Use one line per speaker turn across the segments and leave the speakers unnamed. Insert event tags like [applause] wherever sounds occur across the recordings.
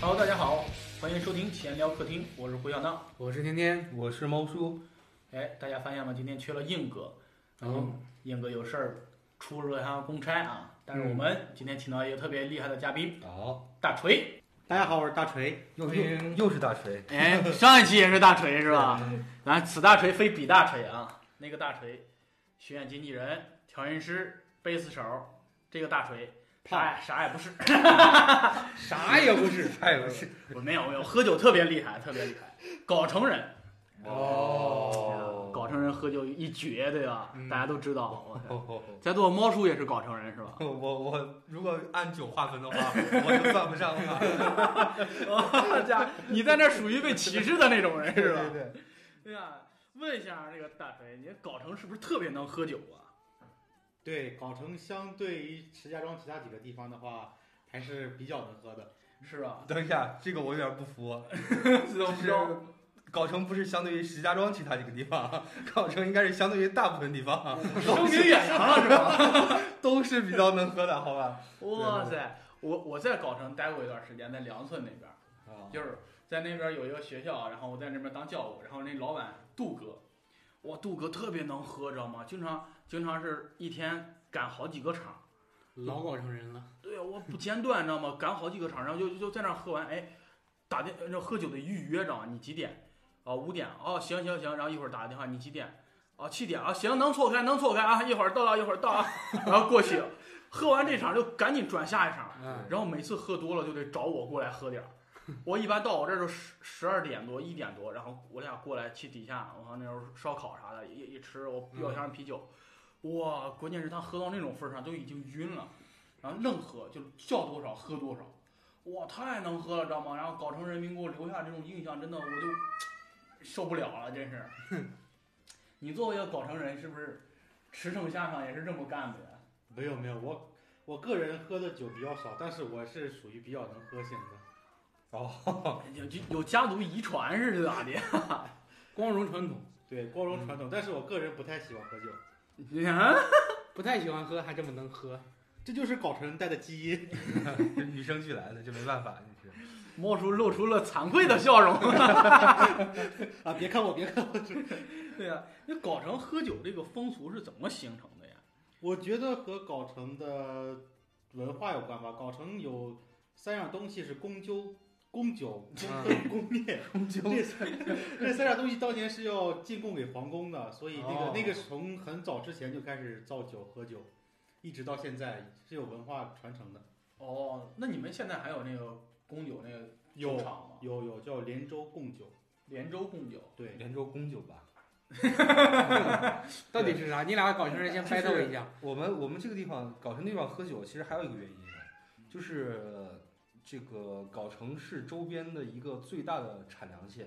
Hello，大家好，欢迎收听闲聊客厅，我是胡小闹。
我是天天，
我是猫叔，
哎，大家发现吗？今天缺了硬哥，
哦
嗯，硬哥有事儿出了趟公差啊。但是我们今天请到一个特别厉害的嘉宾，
好，
大锤。
大家好，我是大锤。
又
欢
又又是大锤，
哎，上一期也是大锤是 [laughs] 吧？咱此大锤非彼大锤啊，那个大锤，学院经纪人、调音师、贝斯手，这个大锤啥也啥也不是。
[laughs] 啥也不
[laughs]
是，
哎呦，是
我没有没有，喝酒特别厉害，特别厉害，搞成人。
哦
搞成人喝酒一绝，对吧？
嗯
大家都知道。我操
哦哦
在座猫叔也是搞成人是 [laughs] 吧？
哦我我如果按酒划分的 [laughs] 话，我就算不上了。
我家你在那儿属于被歧视的那种人是吧？
对，
[laughs] 对呀，问一下那个大锤，你搞成是不是特别能喝酒啊？
对，藁城相对于石家庄其他几个地方的话，还是比较能喝的。
是啊 [laughs] 吧？
[laughs] 等一下，这个我有点不服，
自动
是藁城不是相对于石家庄其他几个地方，藁城应该是相对于大部分地 [laughs] 方
声名远扬了是吧？
都是比较能喝的，好吧？
哇塞！我我在藁城待过一段时间，在梁村那边，
啊，
就是在那边有一个学校，然后我在那边当教务，然后那老板杜哥，哇，杜哥特别能喝，知道吗？经常经常是一天赶好几个场。
老藁城人了，
对呀，啊我不间断，你知道吗？赶好几个场，然后就就在那儿喝完，哎，打电那喝酒得预约，知道吗？你几点？啊，五点。哦，行行行，然后一会儿打个电话，你几点？啊，七点啊，行，能错开，能错开啊，一会儿到了，一会儿到啊， [laughs] 然后过去，喝完这场就赶紧转下一场，
嗯，
然后每次喝多了就得找我过来喝点儿。我一般到我这儿就十十二点多一点多，然后我俩过来去底下，我看那时候烧烤啥的，一一吃我要箱啤酒，哇，关键是他喝到那种份儿上都已经晕了，然后愣喝，就是叫多少喝多少，哇，太能喝了，知道吗？然后搞成人民给我留下这种印象，真的我就受不了了，真是。你作为一个搞成人，是不是驰骋下场也是这么干的呀？
没有没有，我我个人喝的酒比较少，但是我是属于比较能喝型的。
哦，
有有家族遗传是咋 [laughs] 的？啊
光荣传统，
对，光荣
嗯
传统，但是我个人不太喜欢喝酒，
不太喜欢喝，还这么能
[laughs]
喝。
这就是藁城人带的基因。
这与生俱来的，这没办法，这是。
莫叔露出了惭愧的笑容。
[laughs] 啊，别看我，别看 [laughs] 我，
[laughs] 对呀、那搞成喝酒这个风俗是怎么形成的呀？
我觉得和藁城的文化有关吧。藁城有三样东西是公酒、公酒、
啊
公公面。
终
[laughs]
究
这三这三样东西当年是要进贡给皇宫的，所以那个、
哦
那个从很早之前就开始造酒喝酒，一直到现在是有文化传承的。
哦，那你们现在还有那个供酒那个酒
有
厂吗？
有有叫连州贡酒，
连州供酒，
对，
连州公酒吧。
到底是啥？你俩搞成人先
就
battle
是
一下。
我们我们这个地方藁城地方喝酒，其实还有一个原因呢，就是呃这个藁城市周边的一个最大的产粮县。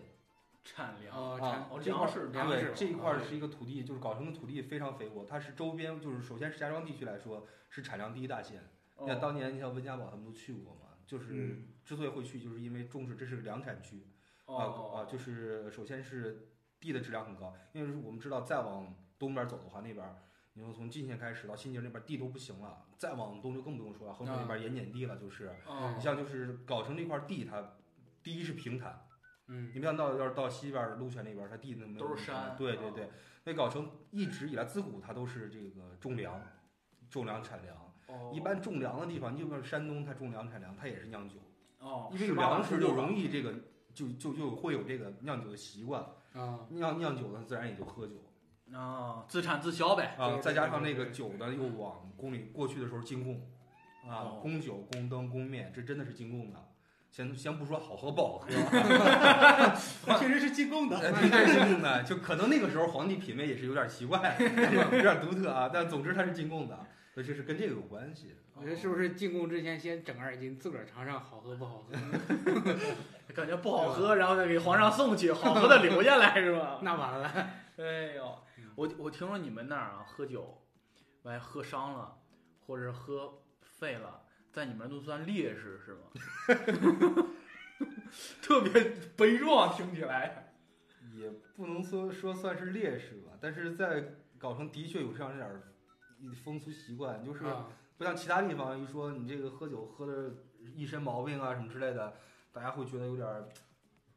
产粮
啊
哦，产
哦，
这
粮
块儿
食
粮
对
食
这一块
啊
儿是一个土地，就是藁城的土地非常肥沃，它是周边就是首先石家庄地区来说是产粮第一大县。你看
哦
当年你像温家宝他们都去过嘛，就是
嗯
之所以会去，就是因为重视这是粮产区啊啊，
哦
就是首先是地的质量很高，因为我们知道再往东边走的话，那边。你说从进县开始到新沂那边地都不行了，再往东就更不用说了，衡水那边盐碱地了，就是。
哦
你像就是藁城这块地，它第一是平坦，
嗯，
你没想到要是到西边儿鹿泉那边儿，它地那没有
都是
那么
山
对对
啊
对，那藁城一直以来自古它都是这个种粮，种粮产粮。
哦，
一般种粮的地方，你就像山东，它种粮产粮，它也是酿酒，
哦，
因为有
18
粮食就容
易
易这个就就就会有这个酿酒的习惯，
啊，
酿酿酒呢自然也就喝酒
啊，自产自销呗。
啊，
对
再
对
加
对
上那
对
个
对
酒呢又往宫里过去的时候进贡啊
哦，
供酒、供灯、供面，这真的是进贡的。先先不说好喝不好喝啊，
[laughs] 它确实是进贡的。
哎，的确是进贡的，就可能那个时候皇帝品味也是有点奇怪， [laughs] 有点独特啊。但总之它是进贡的，所以这是跟这个有关系。
我觉得哎是不是进贡之前先整二斤，自个儿尝尝好喝不好喝？
感觉不好喝，然后再给皇上送去，好喝的留下来是吧？
那完了，
哎呦，我我听说你们那儿啊，喝酒，万一喝伤了，或者是喝废了，在你们那儿都算烈士是吗？ [laughs] 特别悲壮，听起来。
也不能说说算是劣势吧，但是在藁城的确有这样一点儿风俗习惯，就是
啊
不像其他地方一说你这个喝酒喝的一身毛病啊什么之类的，大家会觉得有点儿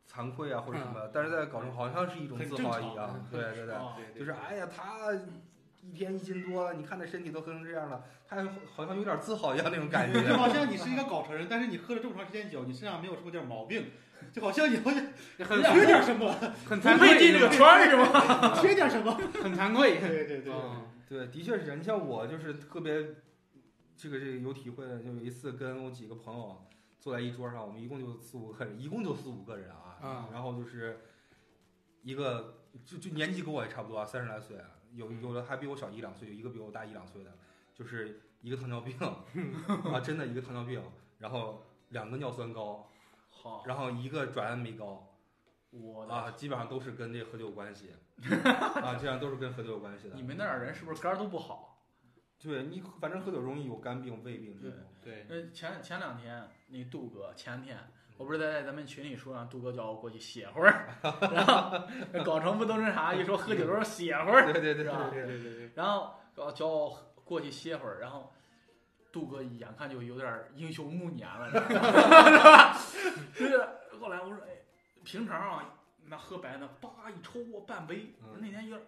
惭愧啊或者什么，但是在搞成好像是一种
嗯很
自
正
豪
常
一样，对对对，
啊
对对
就是哎呀，他一天一斤多，你看他身体都喝成这样了，他还好像有点自豪一样那种感
[laughs]
[laughs]
就
觉。
好像你是一个搞成人，但是你喝了这么长时间酒，你身上没有什么点毛病，就好像你好像
很
缺点什么，
很
不
惭
配进这个
愧，
圈儿是吗？
缺点什么。
很惭愧。
对对对，
哦
嗯
对，的确是你像我就是特别这个这个有体会的，就有一次跟我几个朋友坐在一桌上，我们一共就四五个人，一共就四五个人啊，
啊
然后就是一个就就年纪跟我也差不多啊，三十来岁啊，有有的还比我小一两岁，有一个比我大一两岁的，就是一个糖
[laughs]
尿病啊，真的一个糖尿病，然后两个尿酸高，
好，
然后一个转氨酶高。
我的，
啊，基本上都是跟这喝酒有
[laughs]
关系，啊，基本上都是跟喝酒有关系的。
你们那儿人是不是肝儿都不好？
对你，反正喝酒容易有肝病、胃病这种。
对，
呃，前前两天那杜哥，前天我不是在咱们群里说让杜哥叫我过去歇会儿， [laughs] 然后搞成不都是啥？一说喝酒都是歇会儿，
对对对
是吧
对
对对对对，
然后呃叫我过去歇会儿，然后杜哥一眼看就有点儿英雄暮年了，是 [laughs] 吧？就是后来我说，哎，平常啊，那喝白呢，叭一抽我半杯，我说那天有点儿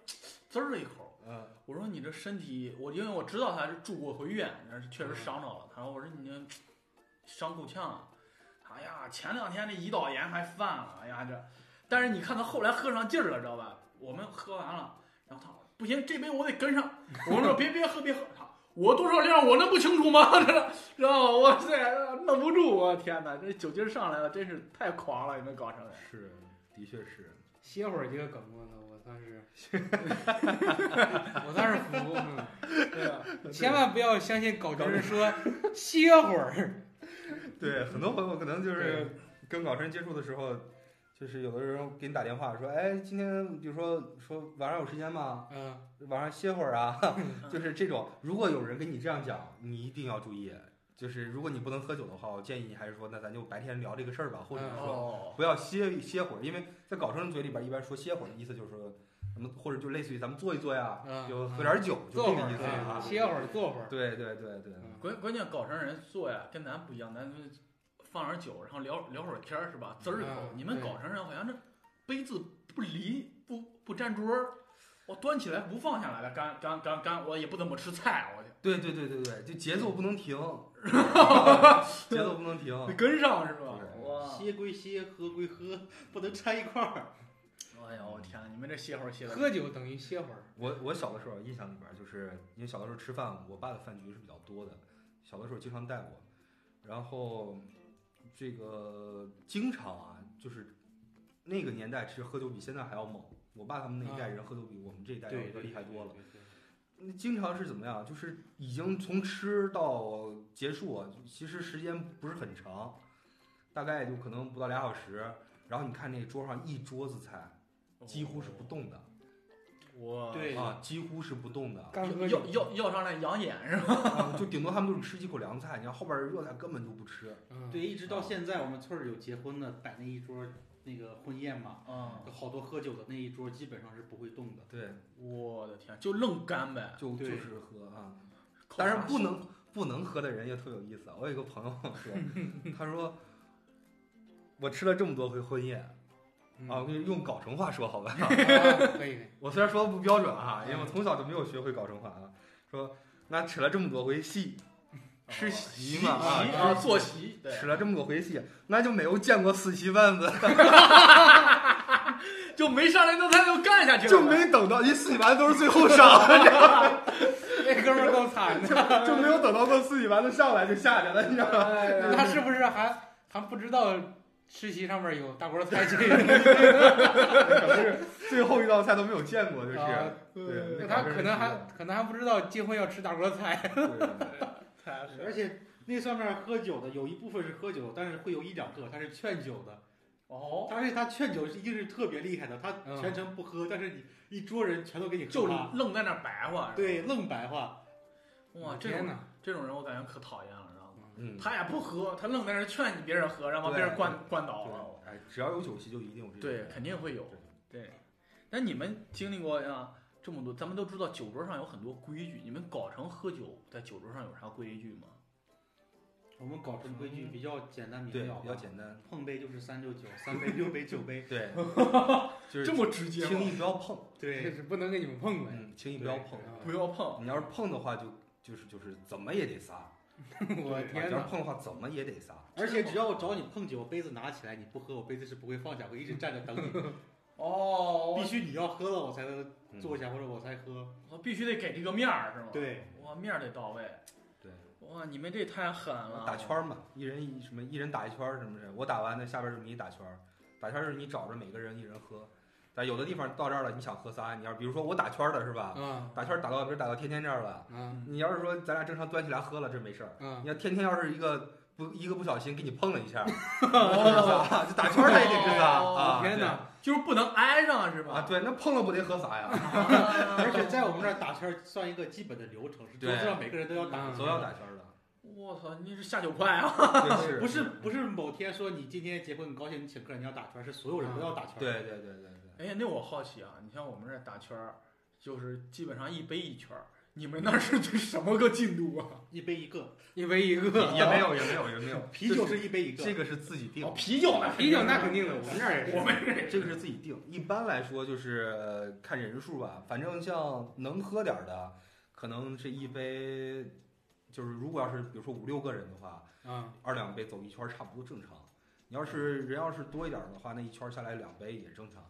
滋儿了一口，
嗯，
我说你这身体，我因为我知道他是住过回院，那是确实伤着了。然后我说你这伤够呛啊，哎呀，前两天那胰岛炎还犯了，哎呀这，但是你看他后来喝上劲儿了，知道吧？我们喝完了，然后他说不行，这杯我得跟上。我们说别别喝别喝，他我多少量我能不清楚吗？ [laughs] 知道吗？哇塞，弄不住，我天哪，这酒劲儿上来了，真是太狂了，你们搞成人。
是，的确是。
歇会儿这个梗我操，我算
[laughs]
是，我算是服。嗯
对啊，
千万不要相信搞成人说歇会儿，
对，很多朋友可能就是跟搞成人接触的时候，就是有的人给你打电话说，哎，今天比如说说晚上有时间吗？
嗯，
晚上歇会儿啊，就是这种。如果有人跟你这样讲，你一定要注意。就是如果你不能喝酒的话，我建议你还是说，那咱就白天聊这个事儿吧，或者是
嗯
说。
哦，
不要歇歇会儿，因为在搞成人嘴里边一般说歇会儿的意思就是说，咱们或者就类似于咱们坐一坐呀，
嗯
就喝点酒，就
坐
这
会
个意
儿
思
啊，
啊。
歇会儿，坐会儿。
对对对对，
嗯
关关键搞成人做呀，跟咱不一样，咱们放点酒，然后聊聊会儿天儿是吧？滋儿一
啊
口。
嗯
你们
对
搞成人好像这杯子不离不不沾桌儿，我端起来不放下来了，干干干干，我也不怎么吃菜，我去
对对对对对，就节奏不能
[laughs]
停，节奏不能停。
得跟上是吧？
啊对
哇，
歇归歇，喝归喝，不能掺一块儿。
哎呀，我天，你们这歇会儿歇的，
喝酒等于歇会儿，，
我我小的时候印象里边就是，因为小的时候吃饭，我爸的饭局是比较多的，小的时候经常带我，然后这个经常啊，就是那个年代其实喝酒比现在还要猛，我爸他们那一代人喝酒比我们这一代要厉害多了。。那经常是怎么样？就是已经从吃到结束啊，其实时间不是很长，大概也就可能不到俩小时。然后你看那桌上一桌子菜，几乎是不动的、
我
对
啊，几乎是不动的
干喝
要
酒。
要要上来养眼是吧？
啊就顶多他们就是吃几口凉菜，你看后边热菜根本就不吃。
嗯
对，，一直到现在，我们村儿有结婚的摆那一桌那个婚宴嘛，
嗯，
好多喝酒的那一桌基本上是不会动的。
对，
我的天，就愣干呗。
就就
对
是喝啊，
靠
当然
啥
不
手
能不能喝的人也特有意思啊。我有一个朋友说，他说我吃了这么多回婚宴
嗯 [laughs]
啊，我跟你用藁城话说好吧。
啊可以可以，
我虽然说的不标准啊，因为我从小就没有学会搞成话啊。说那吃了这么多回戏，吃席嘛
席
啊，
啊，坐席，对，
吃了这么多回戏，那就没有见过四喜丸子，
就没上来，那他就干下去了，
就没等到，因为四喜丸子都是最后上，
那哥们儿够惨的，
就没有等到过四喜丸子上来就下去了，你知道吗？
他是不是还还不知道吃席上面有大锅菜这个？
可能是最后一道菜都没有见过，就是。
啊
对
那他可能还可能还不知道结婚要吃大锅菜，
对
而且那上面喝酒的有一部分是喝酒，但是会有一两个他是劝酒的，
哦，
而且他劝酒是一定是特别厉害的，他
嗯
全程不喝，但是你一桌人全都给你
就
喝了，
愣在那儿白话。是吧，
对，愣白话，
哇，这
天
种
哪！
这种人我感觉可讨厌了，知道吗？ [laughs]
嗯，
他也不喝，他愣在那儿劝你别人喝，然后把别人
对
灌灌倒
对
了。
哎，只要有酒席就一定有这种
对，
人
肯定会有
对。
对，那你们经历过啊这么多，咱们都知道酒桌上有很多规矩，你们搞成喝酒在酒桌上有啥规矩吗？
我们搞成规矩比较简单
嗯
明
对，
了，
比较。简单，
碰杯就是三六九，三杯、六
[laughs]
杯、九杯，
对，就是
这么直接
轻
吗？
易不要碰，
这
对，
是不能给你们碰呗。
嗯，轻易不要
[laughs]
碰。
啊
不要碰，
你要是碰的话就，就是就是怎么也得仨。
我
你要
天
是
哪！
碰的话，怎么也得仨。
而且只要我找你碰酒，杯子拿起来，你不喝，我杯子是不会放下，会一直站着
[laughs]
等你，
哦，
必须你要喝了我才能
嗯
坐下或者我才喝。
我必须得给这个面儿是吗？，
对，
哇，面儿得到位。
对，
哇，你们这太狠了。
打圈儿嘛，一人一什么，一人打一圈儿什么的。我打完的，下边就是你打圈儿，打圈儿就是你找着每个人一人喝。但有的地方到这儿了，你想喝仨，你要比如说我打圈儿的是吧？
啊
打圈儿打到比如打到天天这儿了，
啊
你要是说咱俩正常端起来喝了，这没事儿。
啊！
你要天天要是一个不一个不小心给你碰了一下，
哦，
啊，就打圈儿他也得是仨
哦
啊！
天
对
哪！
[laughs] 就是不能挨上是吧？
啊，对，那碰了不得喝仨呀？
[laughs]
而
而
且在我们这儿打圈儿算一个基本的流程，是桌
对
子上每个人都要打一
嗯
圈
总要打圈儿的。
我操，你是下酒快啊！ [laughs]
对
不是不是某天说你今天结婚很高兴，你请客你要打圈儿，是所有人都要打圈儿。
对对对对对，
哎，那我好奇啊，你像我们这打圈儿，就是基本上一杯一圈儿，你们那是什么个进度啊？
一杯一个，
一杯一个，
也没 [laughs] 有也没有也没有，
啤
这
酒
是
是一杯一个。
这个是自己定
哦，，啤酒呢？
啤酒那肯定的，我们这儿也是。
我们
这个是自己定。一般来说就是呃看人数吧，反正像能喝点儿的，可能这一杯，就是如果要是比如说五六个人的话，
啊
二两杯走一圈儿差不多正常。你要是人要是多一点儿的话，那一圈儿下来两杯也正常。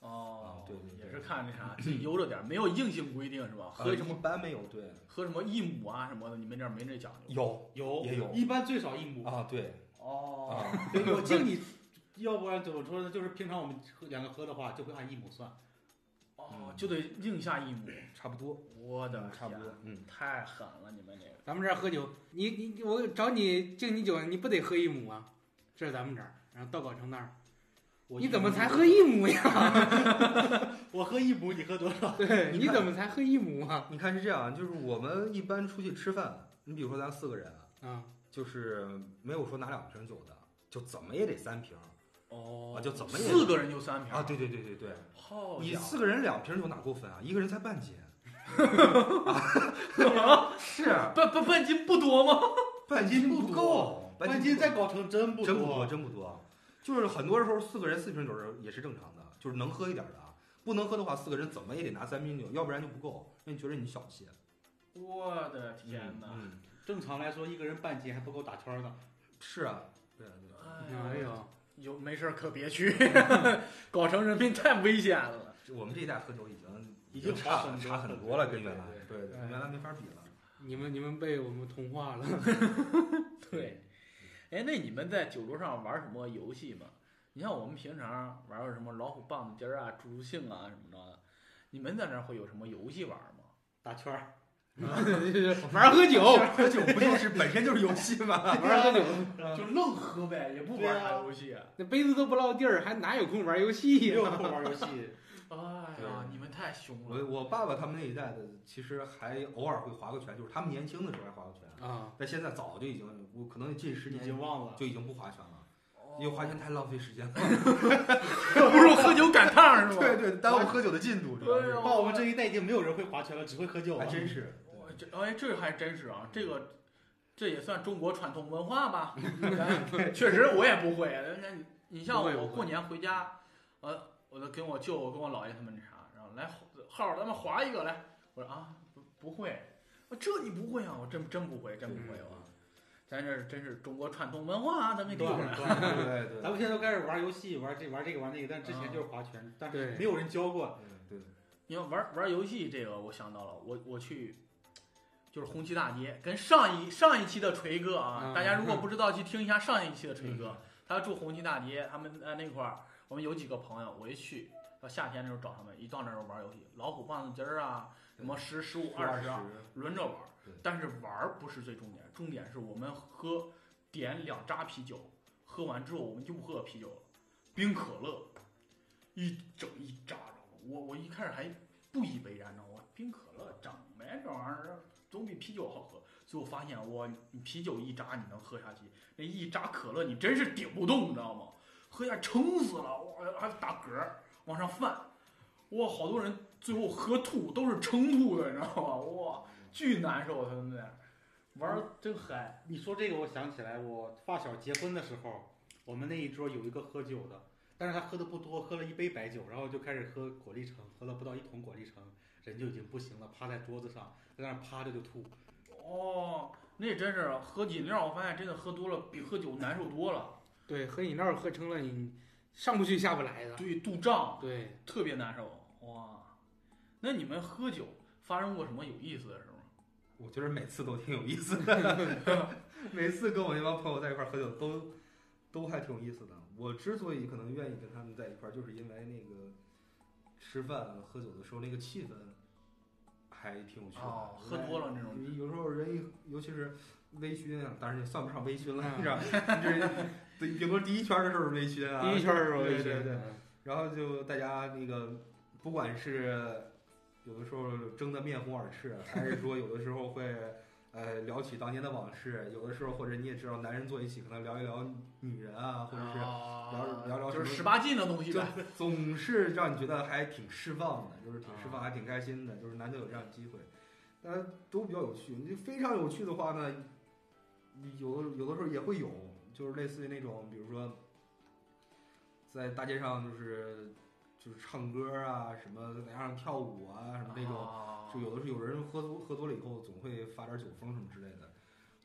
哦，
啊对对对
也是看那啥，自己悠着点儿，没有硬性规定是吧？
呃
喝什
一
么
般没有，对，
喝什么一亩啊什么的，你们这儿没这讲究。
有
有
也有
一般最少一亩。
啊，对
哦
啊，
对 [laughs] 我敬你，要不然怎么说呢？就是平常我们喝两个喝的话，就会按一亩算。
哦，就得硬下一亩，
差不 [laughs] 多，
我的
啊嗯，差不
天
多，嗯。
太狠了，你们这个。
咱们这儿喝酒，你你我找你敬你酒，你不得喝一亩啊？这是咱们这儿，然后到广城那儿，
我
你
一
怎么
亩
才喝？一亩呀？
我喝一亩，你喝多少？
对，
你
你
看
怎么才喝一亩啊？
你看是这样，就是我们一般出去吃饭，你比如说咱四个人啊，
啊，
就是没有说拿两瓶酒的，就怎么也得三瓶
哦
啊，就怎么也
四个人就三瓶
啊，，对对对对对，
好
你
家伙
四个人两瓶酒哪够分啊？一个人才半斤，啊是
半半半斤不多吗？
[laughs] 半斤不够，
半
斤
斤在搞成真不
真不
多。
真不多，就是很多时候四个人四瓶酒是也是正常的，就是能喝一点的啊，不能喝的话四个人怎么也得拿三瓶酒，要不然就不够，那你觉得你小气？啊
我的天哪！
嗯，嗯
正常来说，一个人半斤还不够打圈儿呢。
是啊，对啊对啊。
哎呦，
有没事儿可别去，
嗯
[laughs] 搞成人民太危险了。
我们这一代喝酒已经
已经
差
差很多
差很多了，跟原来
对
对对
对
原来没法比了。 [laughs]
你们你们被我们同化了。 [laughs]
对，哎，那你们在酒桌上玩什么游戏吗？你像我们平常玩个什么老虎棒子鸡儿啊、助助兴啊什么的，你们在那儿会有什么游戏玩吗？
打圈儿，
玩儿喝酒，
喝酒不就是本身就是游戏吗？
玩儿喝酒，
就愣喝呗，也不
对啊
玩啥游戏。
[laughs] 那杯子都不落地儿，还哪有空玩儿游戏
没有
呀？
空玩游戏。
哎呀
对，
你们太凶
我
了。
我爸爸他们那一代的，其实还偶尔会划个拳，就是他们年轻的时候还划过拳，
啊，
但现在早就已经，我可能近十
已
年
经忘了，
就已经不划拳了，因为划拳太浪费时间了。
哦 [laughs] 不是喝酒赶趟儿是吗？
对对，耽误喝酒的进度，主要
哎
是
呦
到哦我们这一代已经没有人会划拳了，只会喝酒
还
了。
真是。
我这哎，这还真是啊，这个这也算中国传统文化
[laughs]
吧？咱确实我也不会。那你你像
不会
我
不会
过年回家，呃，我都跟我舅、我跟我姥爷他们那啥，然后来号儿咱们划一个来。我说啊，不不会，我这你不会啊？我真真不会，真不会
嗯
啊！咱这真是中国传统文化啊，咱们给
对
我来。
对
对对对，
咱们现在都开始玩游戏，玩这玩这个玩那个，但之前就是划拳，但是
对
没有人教过。
对
你要玩玩游戏这个，我想到了，我我去。就是红旗大街，跟上一上一期的锤哥啊，
嗯
大家如果不知道，去听一下上一期的锤哥，他住红旗大街，他们呃在那块儿，我们有几个朋友，我一去到夏天的时候找他们，一到那儿玩游戏，老虎棒子鸡儿啊，什么十、十五、二
二
十
十
啊，轮着玩儿
对。
但是玩儿不是最重点，重点是我们喝点两扎啤酒，喝完之后我们又喝啤酒了，冰可乐，一整一扎着我，我一开始还不以为然呢，我说冰可乐整没这玩意儿，总比啤酒好喝。最后发现哇，你啤酒一扎你能喝下去，那一扎可乐你真是顶不动，你知道吗？喝下撑死了，哇，还打嗝儿往上翻，哇，好多人最后喝吐都是撑吐的，你知道吗？哇，巨难受，他们在那儿。
玩儿真嗨。你说这个，我想起来，我发小结婚的时候，我们那一桌有一个喝酒的，但是他喝的不多，喝了一杯白酒，然后就开始喝果粒橙，喝了不到一桶果粒橙，人就已经不行了，趴在桌子上，在那儿趴着就吐。
哦，那真是喝饮料，我发现真的喝多了比喝酒难受多了，
对，喝饮料喝撑了，你上不去下不来的。
对，肚胀
对，
特别难受。哇，那你们喝酒发生过什么有意思的事吗？
我觉得每次都挺有意思的，
[laughs]
每次跟我那帮朋友在一块儿喝酒都都还挺有意思的。我之所以可能愿意跟他们在一块儿，就是因为那个吃饭喝酒的时候那个气氛还挺有趣的。
哦，喝多了那种，
你有时候人一，尤其是微醺啊，当然也算不上微醺了，
嗯
你知道，这对，顶多第一圈的时候是微醺啊，
第一圈儿的时候
对
一
对
圈
对，然后就大家那个，不管是有的时候争得面红耳赤，还是说有的时候会呃聊起当年的往事，有的时候或者你也知道，男人坐一起可能聊一聊女人啊，或者是
聊
聊聊
就是
什
十
么
八禁的东西呗。
总是让你觉得还挺释放的，就是挺释放，还挺开心的，就是难得有这样的机会，大家都比较有趣。你就非常有趣的话呢，有的有的时候也会有，就是类似于那种，比如说在大街上就是就是唱歌啊，什么在上跳舞啊，什么那种，
种
就有的时候有人喝多喝多了以后，总会发点酒疯什么之类的。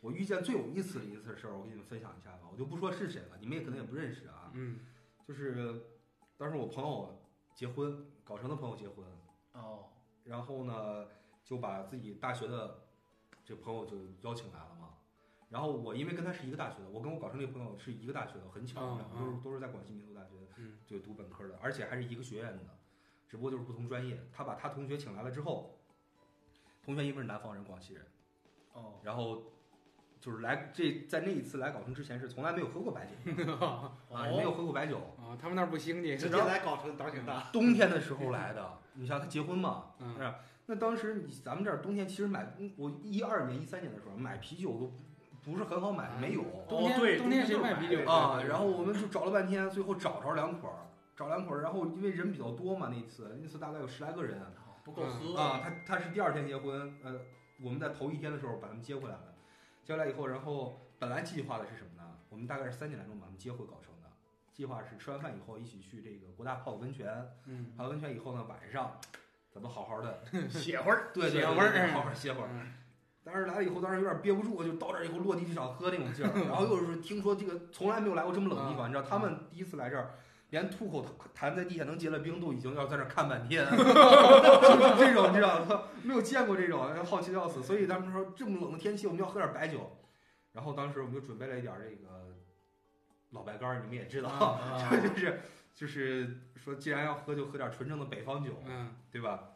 我遇见最有意思的一次事儿，我给你们分享一下吧，我就不说是谁了，你们也可能也不认识啊。
嗯，
就是当时我朋友结婚，搞成的朋友结婚，
哦，
然后呢就把自己大学的这个朋友就邀请来了嘛。然后我因为跟他是一个大学的，我跟我搞成那个朋友是一个大学的，很巧，
嗯
两个都是都是在广西民族大学
嗯
就读本科的，而且还是一个学院的，只不过就是不同专业。他把他同学请来了之后，同学因为是南方人，广西人，
哦，
然后就是来这在那一次来搞成之前是从来没有喝过白酒
[laughs]
的啊，没有喝过白酒，
哦，他们那儿不兴这
直
个，
接来搞成胆儿挺大。
冬天的时候来的，
嗯
你想他结婚嘛？
嗯，
是那当时你咱们这儿冬天其实买，嗯我一二年、一三年的时候买啤酒都不是很好买，没有
冬天
哦对
冬天谁
冬天
卖
就是
啤酒
对
啊。然后我们就找了半天，最后找着两捆儿，找两捆儿。然后因为人比较多嘛，那次那次大概有十来个人啊。
不够喝
啊他他是第二天结婚，呃，我们在头一天的时候把他们接回来了，接回来以后，然后本来计划的是什么呢？我们大概是三点来钟把他们接回搞成的，计划是吃完饭以后一起去这个国大泡个温泉。
嗯，
泡完温泉以后呢，晚上咱们好好的，
[laughs] 歇会儿，
对对，
歇
对
会儿
对好好歇会儿。
嗯
当时来了以后，当时有点憋不住，就到这儿以后落地就想喝那种劲儿。然后又是听说这个从来没有来过这么冷的地方，你知道他们第一次来这儿，连吐口痰在地下能结了冰都已经要在这儿看半天，就是这种你知道吗？没有见过这种，好奇的要死。所以他们说这么冷的天气，我们要喝点白酒。然后当时我们就准备了一点儿这个老白干儿，你们也
啊
知道， [laughs] 就是就是说既然要喝，就喝点纯正的北方酒。
嗯，
对吧？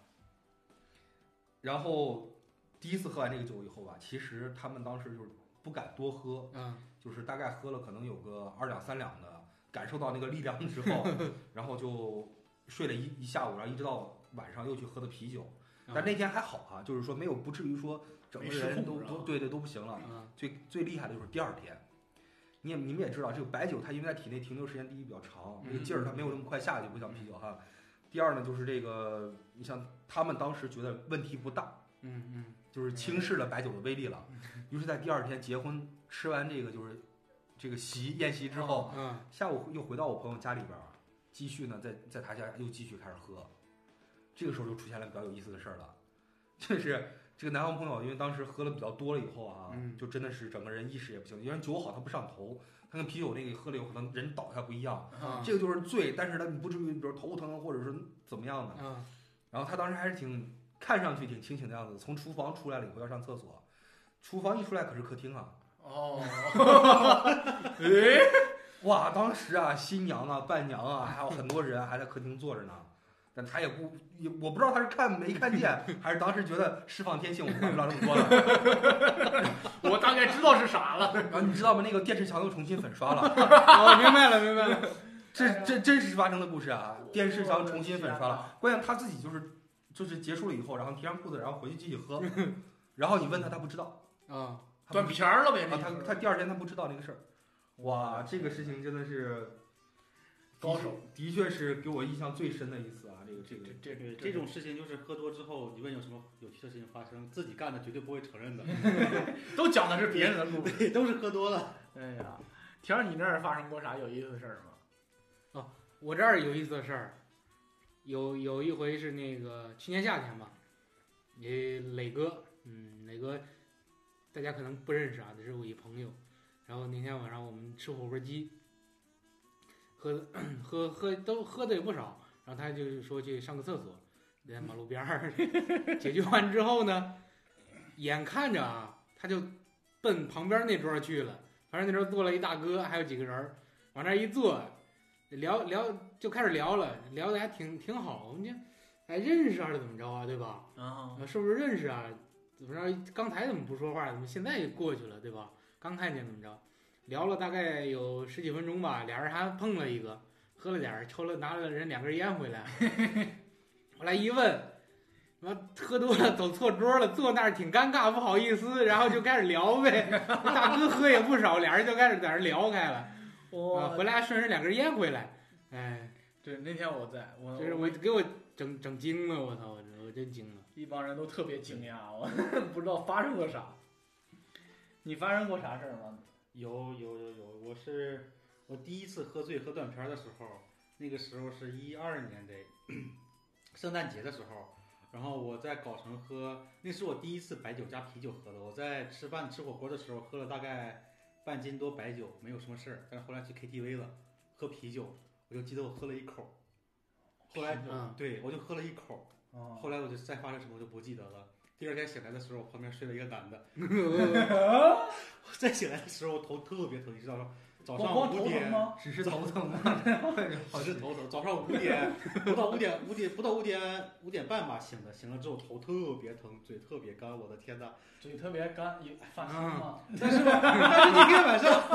然后第一次喝完这个酒以后吧，其实他们当时就是不敢多喝，
嗯，
就是大概喝了可能有个二两三两的，感受到那个力量之
[laughs]
后，然后就睡了一一下午，然后一直到晚上又去喝的啤酒。但那天还好啊，就是说没有不至于说整
嗯没
个
失
人
控
都
是吧
都对对都不行了。
嗯
最最厉害的就是第二天，你也你们也知道，这个白酒它因为在体内停留时间第一比较长，
嗯
这个劲儿它没有那么快下去，不像啤酒哈。第二呢，就是这个，你像他们当时觉得问题不大，
嗯
就是轻视了白酒的威力
[laughs]
了，于是，在第二天结婚吃完这个就是这个席宴席之后，
嗯嗯，
下午又回到我朋友家里边儿，继续呢，在在他家又继续开始喝。这个时候就出现了比较有意思的事儿了，就是这个南方朋友，因为当时喝了比较多了以后啊，
嗯
就真的是整个人意识也不行，因为酒好他不上头，他跟啤酒那个喝了以后可能人倒下不一样，
嗯
这个就是醉，但是呢你不至于比如头疼或者是怎么样的。
嗯
然后他当时还是挺看上去挺清醒的样子，从厨房出来了以后要上厕所，厨房一出来可是客厅啊，
哦， [laughs]
哇，当时啊，新娘啊、伴娘啊，还有很多人还在客厅坐着呢。但他也不也，我不知道他是看没看
[laughs]
见，还是当时觉得释放天性，我管不了这么多了。
我大概知道是啥了。
然后你知道吗？那个电视墙又重新粉
[laughs]
刷了，
哦，明白了明白 [laughs] 了，
这
啊
这真实发生的故事啊！电视墙重新粉刷了，关键他自己就是就是结束了以后，然后提上裤子，然后回去继续
[laughs]
喝。然后你问他，他不知道，
啊，
他
断
不啊
片儿了呗，
啊，他他第二天他不知道这个事儿。哇，这个事情真的是
高手，
的确是给我印象最深的一次啊，这个这个
这
对
这
这种事情，就是喝多之后，你问有什么有趣的事情发生，自己干的绝对不会承认的，
都讲的是别人的故事。
对，都是喝多了。
哎呀，婷儿，你那儿发生过啥有意思的事儿吗？
我这儿有意思的事儿，有有一回是那个去年夏天吧，也磊哥，嗯，磊哥，大家可能不认识啊，这是我一朋友。然后那天晚上我们吃火锅鸡，喝 [clears throat] 的喝喝都喝的也不少，然后他就说去上个厕所，在马路边儿 [laughs] 解决完之后呢，眼看着啊，他就奔旁边那桌去了，反正那桌坐了一大哥，还有几个人儿，往那儿一坐，聊聊就开始聊了，聊的还挺挺好，我们就哎认识还是怎么着啊，对吧？
啊，
啊，是不是认识啊？怎么着？刚才怎么不说话？怎么现在就过去了，对吧？刚看见怎么着？聊了大概有十几分钟吧，俩人还碰了一个，喝了点儿，抽了拿了人两根烟回来。 [laughs] 后来一问，妈喝多了走错桌了，坐那儿挺尴尬，不好意思，然后就开始聊呗。 [laughs] 大哥喝也不少，俩人就开始在那儿聊开了。啊，
我嗯
回来还顺手两根烟回来，哎，
对那天我在，我
这是我给我整整惊了，我操，我真我真惊了。
一帮人都特别惊讶， [laughs] 我不知道发生过啥。你发生过啥事儿吗？
有有有有，我是我第一次喝醉喝断片儿的时候，那个时候是一二年的 [coughs] 圣诞节的时候，然后我在搞城喝，那是我第一次白酒加啤酒喝的。我在吃饭吃火锅的时候喝了大概半斤多白酒，没有什么事儿，但是后来去 KTV 了，喝啤酒，我就记得我喝了一口，后来
嗯，
对我就喝了一口，
啊，
后来我就再发生什么我就不记得了。第二天醒来的时候，我旁边睡了一个男的。再醒来的时候，我头特别疼，你知道吗？早
光
上
光
五
头疼
点，
吗？
只是头疼吗？
只是头疼。早上五点，不到五点，五点不到五点五点半吧醒的，醒了之后头特别疼，嘴特别干，我的天呐！
嘴特别干，有发青吗？
但是吧，但是那天晚上，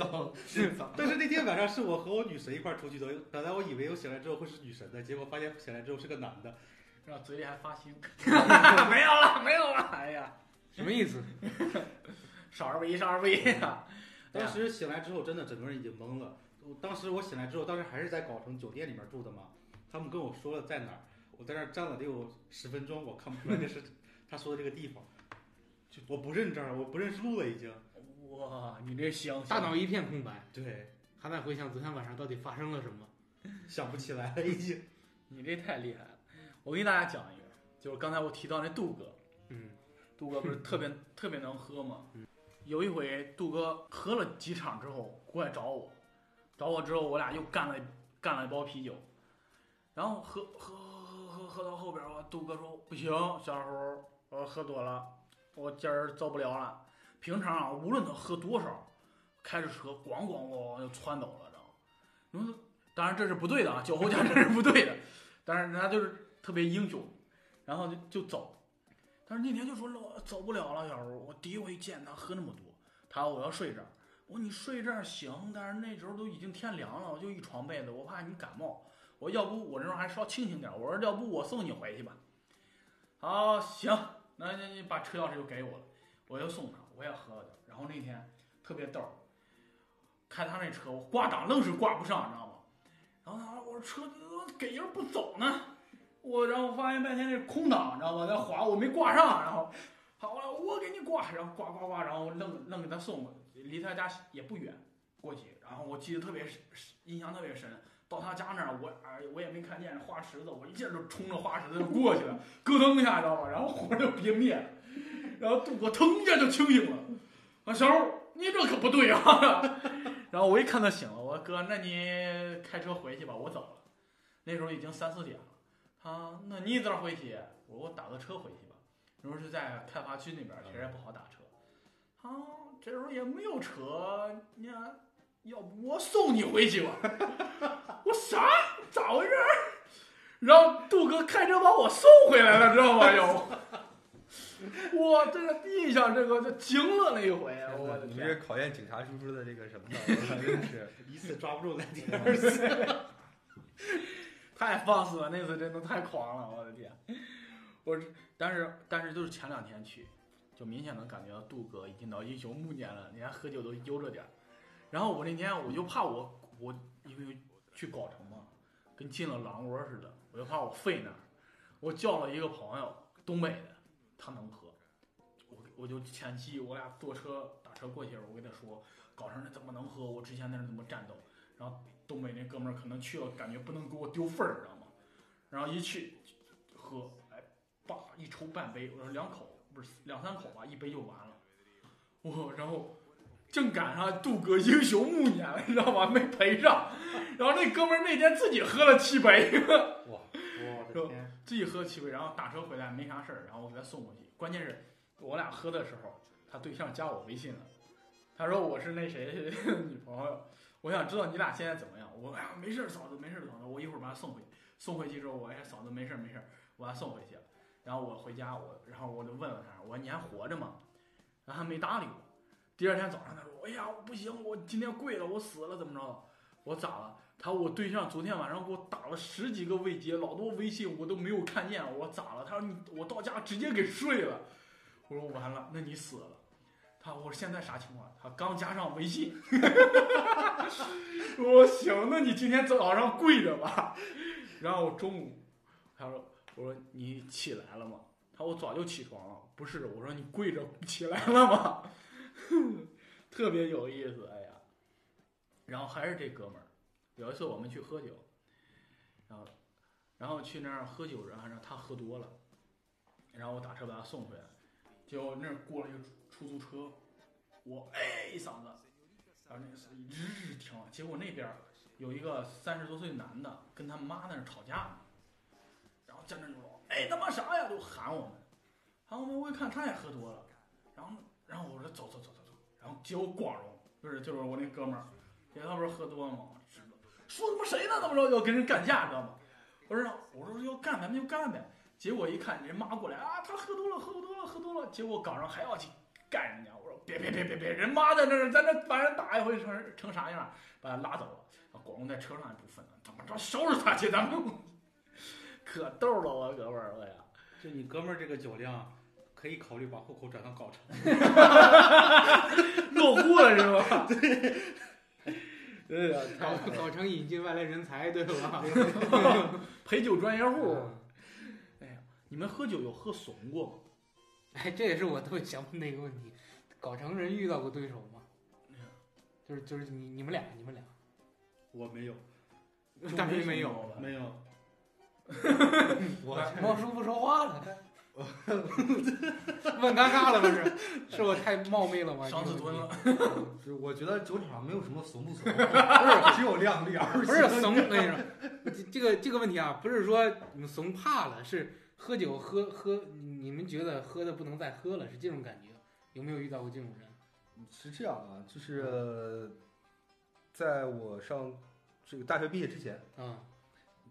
早是早，
但是那天晚上是我和我女神一块儿出去的。本来我以为我醒来之后会是女神的，结果发现醒来之后是个男的。
然后嘴里还发青， [laughs] 没有了，没有了。哎呀，
什么意思？
少儿不宜，少儿不宜啊！
当时醒来之后，真的整个人已经懵了。我当时我醒来之后，当时还是在藁城酒店里面住的嘛。他们跟我说了在哪儿，我在那儿站了得有十分钟，我看不出来这是他说的这个地方。就我不认这儿，我不认识路了已经。
哇，你这香，
大脑一片空白，
对，
还在回想昨天晚上到底发生了什么。
想不起来了已经。
你这太厉害了。我给大家讲一个，就是刚才我提到那杜哥， [laughs]
嗯，
杜哥不是特别特别能喝吗？有一回杜哥喝了几场之后过来找我，找我之后我俩又干了干了一包啤酒，然后喝喝喝喝喝到后边儿，我杜哥说不行，小胡，我喝多了，我今儿遭不了了。平常啊，无论他喝多少，开着车咣咣咣咣就窜走了，知道吗？你说他，当然这是不对的啊，酒后驾驶是不对的，但是人家就是特别英雄，然后就就走。但是那天就说老走不了了，小胡，我第一回见他喝那么多，他说我要睡这儿。我说你睡这儿行，但是那时候都已经天凉了，我就一床被子，我怕你感冒。我说要不我那时候还稍清醒点儿，我说要不我送你回去吧。好，行，那那你把车钥匙就给我了，我就送他，我也喝了点儿。然后那天特别逗儿，开他那车，我挂档愣是挂不上，你知道吗？然后他说我说车你怎么给人不走呢？我然后发现半天那空档，你知道吗？在滑我没挂上，然后好了，我给你挂，然后挂挂挂，然后愣愣给他送过去，离他家也不远，过去，然后我记得特别深印象特别深。到他家那儿，我哎我也没看见花池子，我一下就冲着花池子就过去了，咯噔一下，知道吧？然后火就憋灭了，然后杜哥腾一下就清醒了。啊，小欧，你这可不对啊！然后我一看他醒了，我说哥，那你开车回去吧，我走了。那时候已经三四点了。啊，那你咋回去？我说我打个车回去吧。那时候是在开发区那边，其实也不好打车。啊，这时候也没有车，你看，要不我送你回去吧？ [laughs] 我啥？咋回事儿？然后杜哥开车把我送回来了，知道吗？又， [laughs] 我这个印象这个就惊了那一回，我的
哎你们
天！
这考验警察叔叔的这个什么呢？我真是
一次抓不住来第二次。
太放肆了，那次真的太狂了，我的天！我是，但是但是就是前两天去，就明显能感觉到杜哥已经到英雄暮年了，人家喝酒都悠着点儿。然后我那天我就怕我我因为去藁城嘛，跟进了狼窝似的，我就怕我废那儿。我叫了一个朋友，东北的，他能喝，我我就前期我俩坐车打车过去，我跟他说，藁城那怎么能喝？我之前那是怎么战斗？然后东北那哥们儿可能去了，感觉不能给我丢分儿，知道吗？然后一去喝，哎，叭一抽半杯，我说两口不是两三口吧，一杯就完了。我然后正赶上杜哥英雄暮年了，你知道吗？没陪上。然后那哥们儿那天自己喝了七杯，
[laughs] 我的天，
自己喝七杯，然后打车回来没啥事儿，然后我给他送过去。关键是我俩喝的时候，他对象加我微信了，他说我是那谁女朋友，我想知道你俩现在怎么样。我哎呀没事儿，嫂子没事儿，嫂子，我一会儿把他送回去。送回去之后，我哎嫂子没事儿没事儿，我把他送回去了。然后我回家，我然后我就问了他，我说你还活着吗？然后他没搭理我。第二天早上他说，哎呀我不行，我今天跪了，我死了怎么着的？我咋了？他说我对象昨天晚上给我打了十几个未接，老多微信我都没有看见，我咋了？他说你我到家直接给睡了。我说完了，那你死了。他说我现在啥情况？他刚加上微信。 [laughs] 我说行，那你今天早上跪着吧。然后我中午，他说我说你起来了吗？他说我早就起床了。不是，我说你跪着起来了吗？ [laughs] 特别有意思，哎呀。然后还是这哥们儿。有一次我们去喝酒，然后然后去那儿喝酒，然后让他喝多了，然后我打车把他送回来，结果那儿过了一个出租车，我哎一嗓子，然后那个嗓子日日停了，结果那边儿有一个三十多岁男的跟他妈在那儿吵架呢，然后在那儿就说哎他妈啥呀，就喊我们，喊我们我一看他也喝多了，然后然后我说走走走走走，然后结果光荣就是就是我那哥们儿，因为他不是喝多了吗？知道说他妈谁呢？怎么着要跟人干架，知道吗？我说我说要干咱们就干呗。结果一看人妈过来啊，他喝多了，喝多了，喝多了。结果搞上还要去干人家。我说别别别别别，人妈在那儿，咱这把人打一回成成啥样，把他拉走了。啊，广东在车上也不分了，怎么着收拾他去？咱们 [laughs] 可逗了，我哥们儿，我呀，
就你哥们儿这个酒量，可以考虑把户口转到藁城。
[laughs] 落户了是吧？对，呀，
搞搞成引进外来人才，对
[laughs]
吧？
陪酒专业户。
嗯
你们喝酒有喝怂过吗？
[laughs] 哎，这也是我特别想问的一个问题：搞成人遇到过对手吗？就是就是你你们俩你
[laughs]
们俩，
我没有，
[laughs] 大飞没有，
吧？
没有，
我猫叔不说话了，
[laughs]
问尴尬了不是？是我太冒昧了
[laughs]
吗？
上次蹲了，
[laughs] 就是我觉得酒场上没有什么怂不怂，不是只有量力而行。
不是怂，我跟你说，这这个这个问题啊，不是说你们怂怕了，是喝酒喝喝，你们觉得喝的不能再喝了，是这种感觉。有没有遇到过这种人？
是这样啊，就是在我上这个大学毕业之前，
嗯，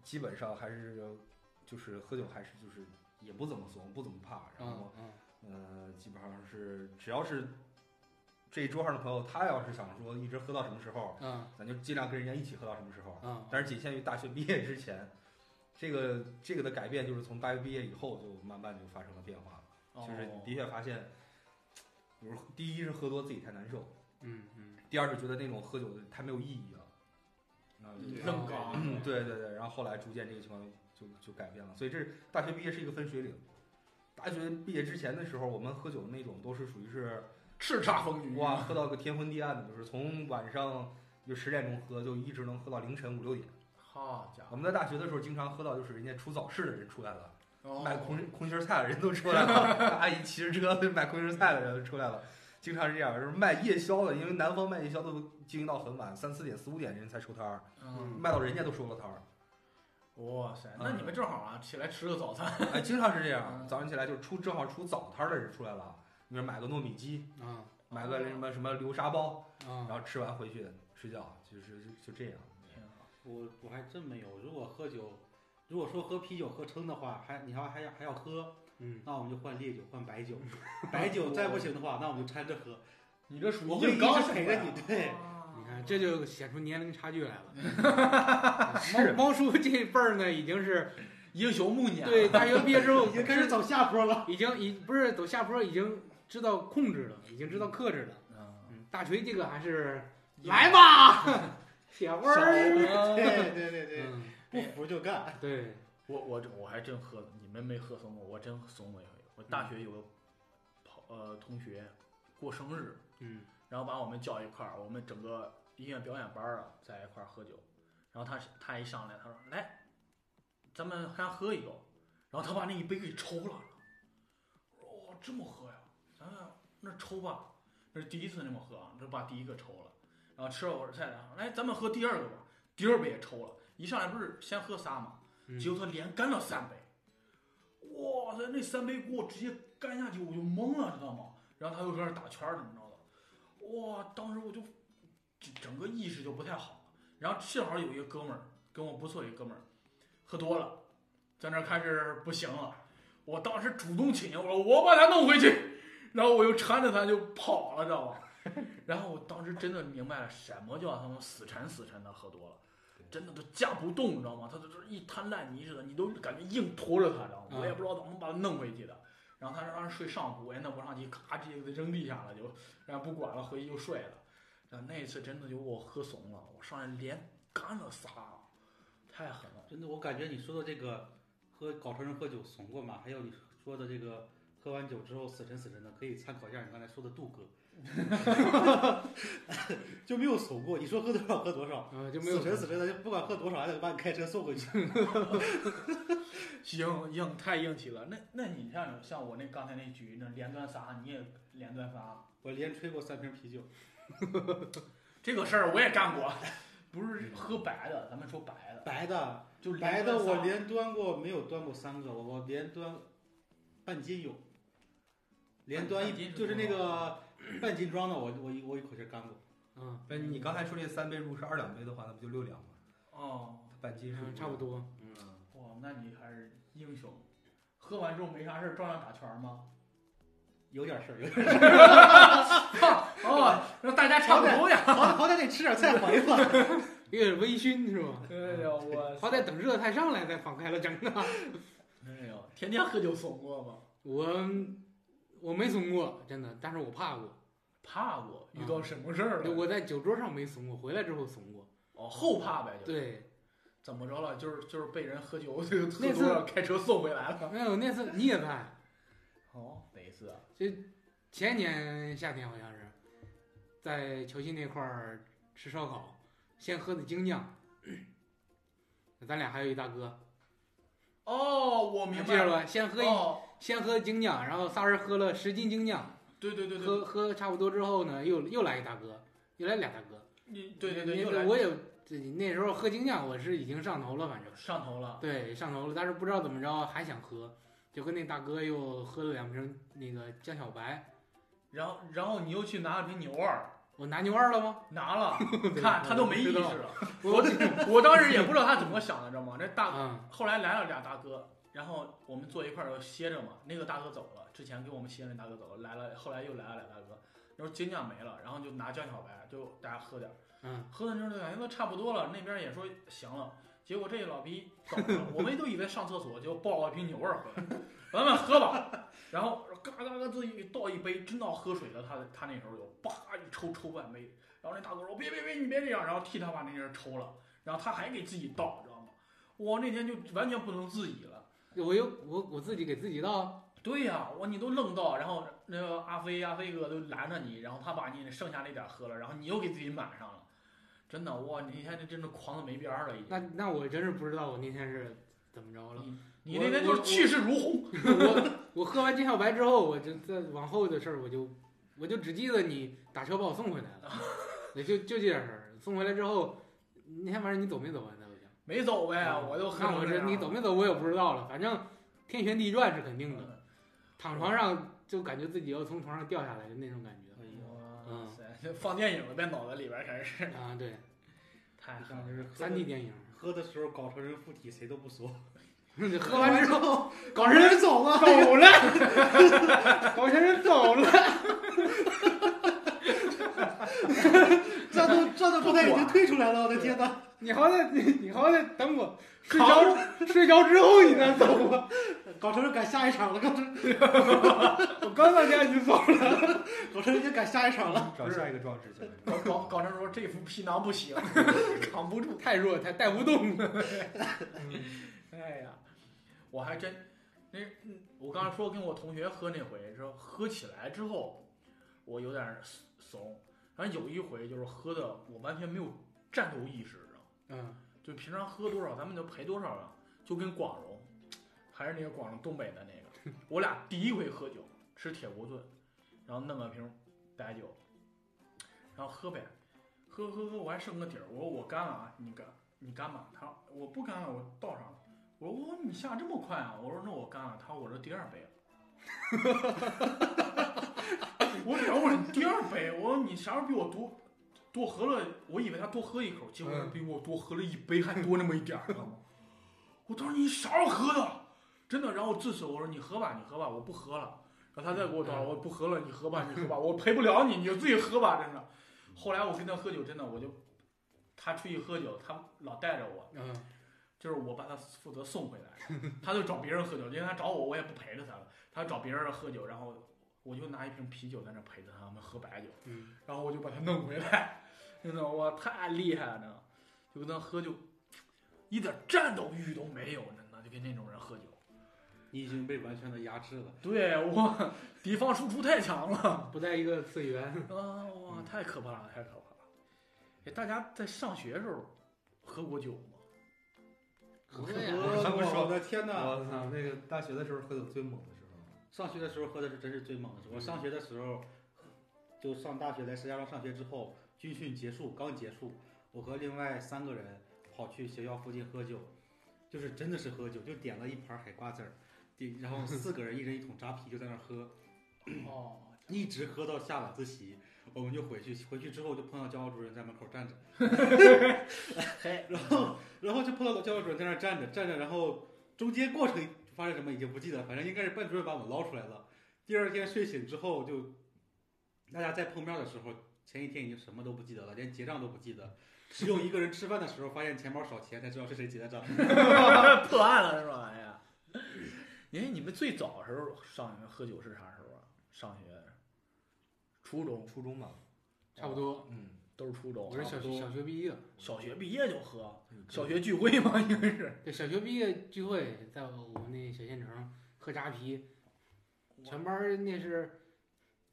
基本上还是就是喝酒还是就是也不怎么怂，不怎么怕，然后
嗯嗯
呃，基本上是只要是这一桌上的朋友，他要是想说一直喝到什么时候，
嗯
咱就尽量跟人家一起喝到什么时候，啊
嗯，
但是仅限于大学毕业之前。这个这个的改变就是从大学毕业以后就慢慢就发生了变化了，就是
哦
的确发现，比如第一是喝多自己太难受，
嗯嗯
第二是觉得那种喝酒的太没有意义了，啊、
对
愣搞
嗯，对对对，然后后来逐渐这个情况就就改变了，所以这是大学毕业是一个分水岭。大学毕业之前的时候，我们喝酒的那种都是属于是
叱咤风云啊
哇，喝到个天昏地暗的，就是从晚上就十点钟喝，就一直能喝到凌晨五六点。
好家
我
伙，
们在大学的时候，经常喝到就是人家出早市的人出来了，
哦
卖空空心菜的人都出来了， [laughs] 大姨骑着车就卖空心菜的人都出来了，经常是这样。就是卖夜宵的，因为南方卖夜宵都经营到很晚，三四点、四五点人才收摊儿，
嗯，
卖到人家都收了摊儿。
哇塞，那你们正好啊，起来吃个早餐，
哎，经常是这样，
嗯
早上起来就出正好出早摊儿的人出来了，你说买个糯米鸡，
嗯
买个什么什么流沙包，然
嗯，
后吃完回去睡觉，就是就就这样。
我我还真没有。如果喝酒，如果说喝啤酒喝撑的话，还你还还要还要喝，
嗯，
那我们就换烈酒，换白酒。白酒再不行的话，那我们就掺着喝。
你这属
我
于
会
硬刚
一直陪着
啊
你对
你看这就显出年龄差距来了。
是
猫猫叔这辈儿呢，已经是
英雄暮年，
对，大学毕业之后
已经开始走下坡了。
已经已不是走下坡，已经知道控制了，已经知道克制了。
嗯，
嗯，大锤这个还是
[laughs]
也
来吧，铁花
少
儿， [laughs]
对对对对，
嗯，
不服就干。
对，
我我这我还真喝，你们没喝怂过，我真怂过一回。我大学有个跑呃同学过生日，
嗯
然后把我们叫一块儿，我们整个音乐表演班儿啊在一块儿喝酒。然后他是他一上来，他说来，咱们先喝一口。然后他把那一杯给抽了。我说哦，这么喝呀？咱们那抽吧，那是第一次那么喝啊，这把第一个抽了。然后吃了会儿菜，然后来咱们喝第二个吧。第二杯也抽了，一上来不是先喝仨吗？
嗯
结果他连干了三杯，哇塞，那三杯给我直接干下去，我就懵了，知道吗？然后他又搁那儿打圈儿怎么着的，哇，当时我就整整个意识就不太好了。然后正好有一个哥们儿跟我不错，一个哥们儿喝多了，在那儿开始不行了，我当时主动请求，我说我把他弄回去，然后我又搀着他就跑了，知道吗？然后我当时真的明白了什么叫他们死缠死缠的喝多了。真的都架不动，你知道吗？他就是一滩烂泥似的，你都感觉硬拖着他，知道吗？
嗯
我也不知道怎么把他弄回去的。然后他当时睡上铺，哎，那不上去，咔直接给他扔地下了，就然后不管了，回去就睡了。然后那一次真的就我喝怂了，我上来连干了仨，太狠了。
真的，我感觉你说的这个喝搞成人喝酒怂过嘛，还有你说的这个喝完酒之后死沉死沉的，可以参考一下你刚才说的杜哥， [laughs] 就没有怂过。你说喝多少喝多少，
啊就没有
死沉死沉的，就不管喝多少还得把你开车送回去。
硬硬太硬气了。那那你像像我那刚才那局，那连端仨，你也连端仨，
我连吹过三瓶啤酒，
这个事儿我也干过，不是喝白的，咱们说白的，
白的
就连
白的
端仨
我连端过没有端过三个，我我连端半斤有，连端
半斤
一
是
就是那
多
个半斤装的，我我一我一口气干过。
嗯
哎，你刚才说这三杯，如果是二两杯的话，那不就六两吗？
哦。
它半斤是
嗯，差不。多，嗯，
哇，那你还是英雄。喝完之后没啥事儿，照样打拳吗？
有点事儿，有点
哦，那大家差不 [laughs] 多呀。
好歹好歹得吃点菜缓一缓。
有点微醺是吧？
哎呦 [laughs] 我
好歹等热菜上来再放开了整个。
哎呦，天天喝酒怂过吗？
我我没怂过，真的，但是我怕过。
怕过，遇到什么事儿了？
我在酒桌上没怂过，回来之后怂过。
哦，后怕呗，就
对，
怎么着了？就是就是被人喝酒这个喝多了，开车送回来了。
没有那次你也在，
哦，哪一次啊？
前年夏天好像是，在桥西那块儿吃烧烤，先喝的精酿。 [coughs] 咱俩还有一大哥，
哦，我
你
明
记
白
着
了。
吧？先喝一，
哦，
先喝精酿，然后仨人喝了十斤精酿，
对对对对，
喝喝差不多之后呢，又又来一大哥，又来俩大哥。
你对对对，
那
又
那
来
我也这那时候喝精酿，我是已经上头了，反正
上头了。
对上头了，但是不知道怎么着还想喝，就跟那大哥又喝了两瓶那个江小白。
然后然后你又去拿了瓶牛二，
我拿牛二了吗？
拿了，看他都没意识了。
我
我当时也不知道他怎么想的，知道吗？这大
嗯
后来来了俩大哥，然后我们坐一块儿歇着嘛。那个大哥走了，之前给我们歇的那大哥走了，来了，后来又来了俩大哥，然后精酿没了，然后就拿江小白，就大家喝点儿，
嗯，
喝的时候就感觉都差不多了，那边也说行了，结果这老逼走了，我们都以为上厕所，就抱了瓶牛二回来，咱们喝吧，然后嘎嘎嘎自己倒一杯，真到喝水了，他他那时候就叭一抽抽半杯，然后那大哥说别别别，你别这样，然后替他把那人抽了，然后他还给自己倒，知道吗？我那天就完全不能自己了。
我又我我自己给自己倒，
对呀、我你都愣到，然后那个阿飞、阿飞哥都拦着你，然后他把你剩下那点儿喝了，然后你又给自己满上了，真的哇！你那天这真的狂的没边儿了，已
那
经。
那我真是不知道我那天是怎么着了。
你那天就是气势如虹，
我我喝完金小白之后，我就在往后的事儿，我就我就只记得你打车把我送回来了， [laughs] 也就就这点事儿。送回来之后，那天晚上你走没走啊？那我想，
没走呗，我就
哎嗯看我这你走没嗯走我也不知道了，反正天旋地转是肯定的。
了。
躺床上就感觉自己要从床上掉下来的那种感觉。
哎
嗯
嗯
哇塞，这放电影了，在脑子里边儿开始，
啊，对，
太狠
看
了。
就是喝
三 D 电 [laughs] 影，
喝的时候搞成人附体，谁都不说。
喝完之后
后
搞人
走了，
走了，搞成人走了。
战斗战斗状态已经退出来了。我的天哪！
你好歹你你好歹等我睡着睡着之后你再走吧。
搞成人赶下一场了，搞成
我刚到家你就走了，
搞成人已经赶下一场了。
找下一个壮士去。
搞搞
[laughs]
搞成说这副皮囊不
[laughs]
行，扛不住。
太弱，太带不动。
哎呀，我还真那嗯我刚才说跟我同学喝那回，说喝起来之后，我有点怂。然后有一回就是喝的我完全没有战斗意识，知道吗
嗯，
就平常喝多少咱们就赔多少了，就跟广荣，还是那个广荣东北的那个，我俩第一回喝酒吃铁锅炖，然后弄个瓶白酒，然后喝呗，喝喝喝，我还剩个底儿，我说我干了啊，你干你干吧，他说我不干了，我倒上了，我说我你下这么快啊，我说那我干了，他说我这第二杯了。 [laughs] 我等会儿你第二杯，我说你啥时候比我多多喝了？我以为他多喝一口，结果他比我多喝了一杯，还多那么一点儿，知道吗？我当时你啥时候喝的？真的，然后自此我说你喝吧，你喝吧，我不喝了。然后他再给我倒，我不喝了，你喝吧，你喝吧， [laughs] 我陪不了你，你就自己喝吧，真的。后来我跟他喝酒，真的我就他出去喝酒，他老带着我，
嗯，
就是我把他负责送回来，他就找别人喝酒，因为他找我，我也不陪着他了，他找别人喝酒，然后我就拿一瓶啤酒在那陪着他们喝白酒，
嗯，
然后我就把他弄回来， [laughs] 真的我太厉害了，真的，就跟他喝就一点战斗欲都没有，真的就跟那种人喝酒，
你已经被完全的压制了。
对我敌方输出太强了，
不在一个次元。
啊哇，太可怕了，太可怕了，哎，大家在上学时候喝过酒吗？
喝
呀
啊
还不说
我的天哪！
我操，那个大学的时候喝的最猛的时候，
上学的时候喝的是真是最猛的时候。我上学的时候，就上大学来石家庄上学之后，军训结束刚结束，我和另外三个人跑去学校附近喝酒，就是真的是喝酒，就点了一盘海瓜子儿，点然后四个人一人一桶扎啤就在那儿喝，
哦，
一直喝到下晚自习，我们就回去。回去之后就碰到教导主任在门口站着， [laughs]
嘿。
然后然后就碰到教导主任在那儿站着站着，然后中间过程发生什么已经不记得，反正应该是班主任把我们捞出来了。第二天睡醒之后就，大家再碰面的时候，前一天已经什么都不记得了，连结账都不记得，只有一个人吃饭的时候发现钱包少钱，才知道是谁结的账。
[laughs] 破案了是吧？哎呀，哎，你们最早时候上学喝酒是啥时候啊？上学，初中
初中嘛，
差不多，
嗯，
都是初中。
我是小
差不
学
多
小学毕业了，
小学毕业就喝，小学聚会嘛，应该是。
对，小学毕业聚会，在我们那小县城喝扎啤，全班儿那是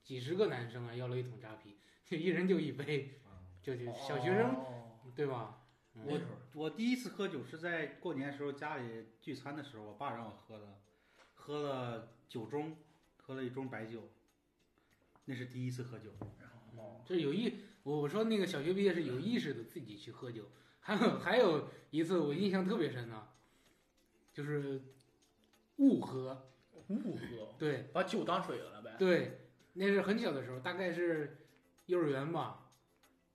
几十个男生啊，要了一桶扎啤， [laughs] 就一人就一杯，
嗯
就就小学生
哦，
对吧？
那
嗯
时候
我第一次喝酒是在过年时候家里聚餐的时候，我爸让我喝的，喝了九盅，喝了一盅白酒，那是第一次喝酒。 [laughs]
哦
就是有意，我我说那个小学毕业是有意识的自己去喝酒，还有还有一次我印象特别深呢、就是误喝，
误喝，
对，
把酒当水了呗。
哦对，那是很小的时候，大概是幼儿园吧，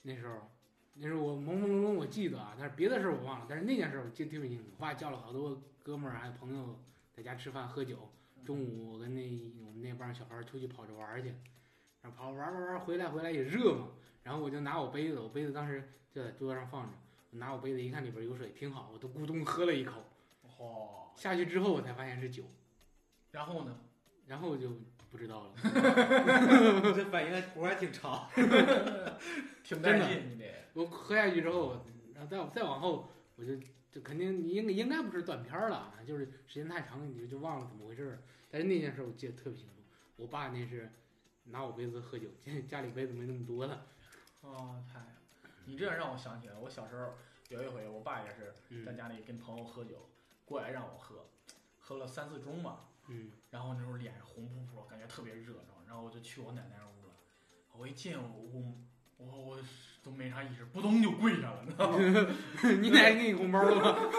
那时候，那时候我朦朦胧胧我记得啊，但是别的事儿我忘了，但是那件事儿我记得特别清楚。我爸叫了好多哥们儿还有朋友在家吃饭喝酒，中午我跟那我们那帮小孩儿出去跑着玩儿去，然后跑玩儿玩儿玩儿回来回来也热嘛，然后我就拿我杯子，我杯子当时就在桌子上放着，我拿我杯子一看里边有水，挺好，我都咕咚喝了一口，
哦，
下去之后我才发现是酒，
然后呢？
然后我就不知道了。
这反应我还挺长。
挺带劲，你得。
我喝下去之后，然后再再往后，我就就肯定你应该应该不是断片儿了啊，就是时间太长了，你就就忘了怎么回事儿了。但是那件事我记得特别清楚，我爸那是拿我杯子喝酒， [laughs] 家家里杯子没那么多了，
哦，太，你这让我想起来，我小时候有一回，我爸也是在
嗯
家里跟朋友喝酒，过来让我喝，喝了三四盅吧。
嗯，
然后那时候脸红扑扑，感觉特别热，然后然后我就去我奶奶屋了。我一进屋，我我都没啥意识，扑通就跪下了， [laughs] 你知道吗
嗯 [laughs] 你奶奶给你红包了吗？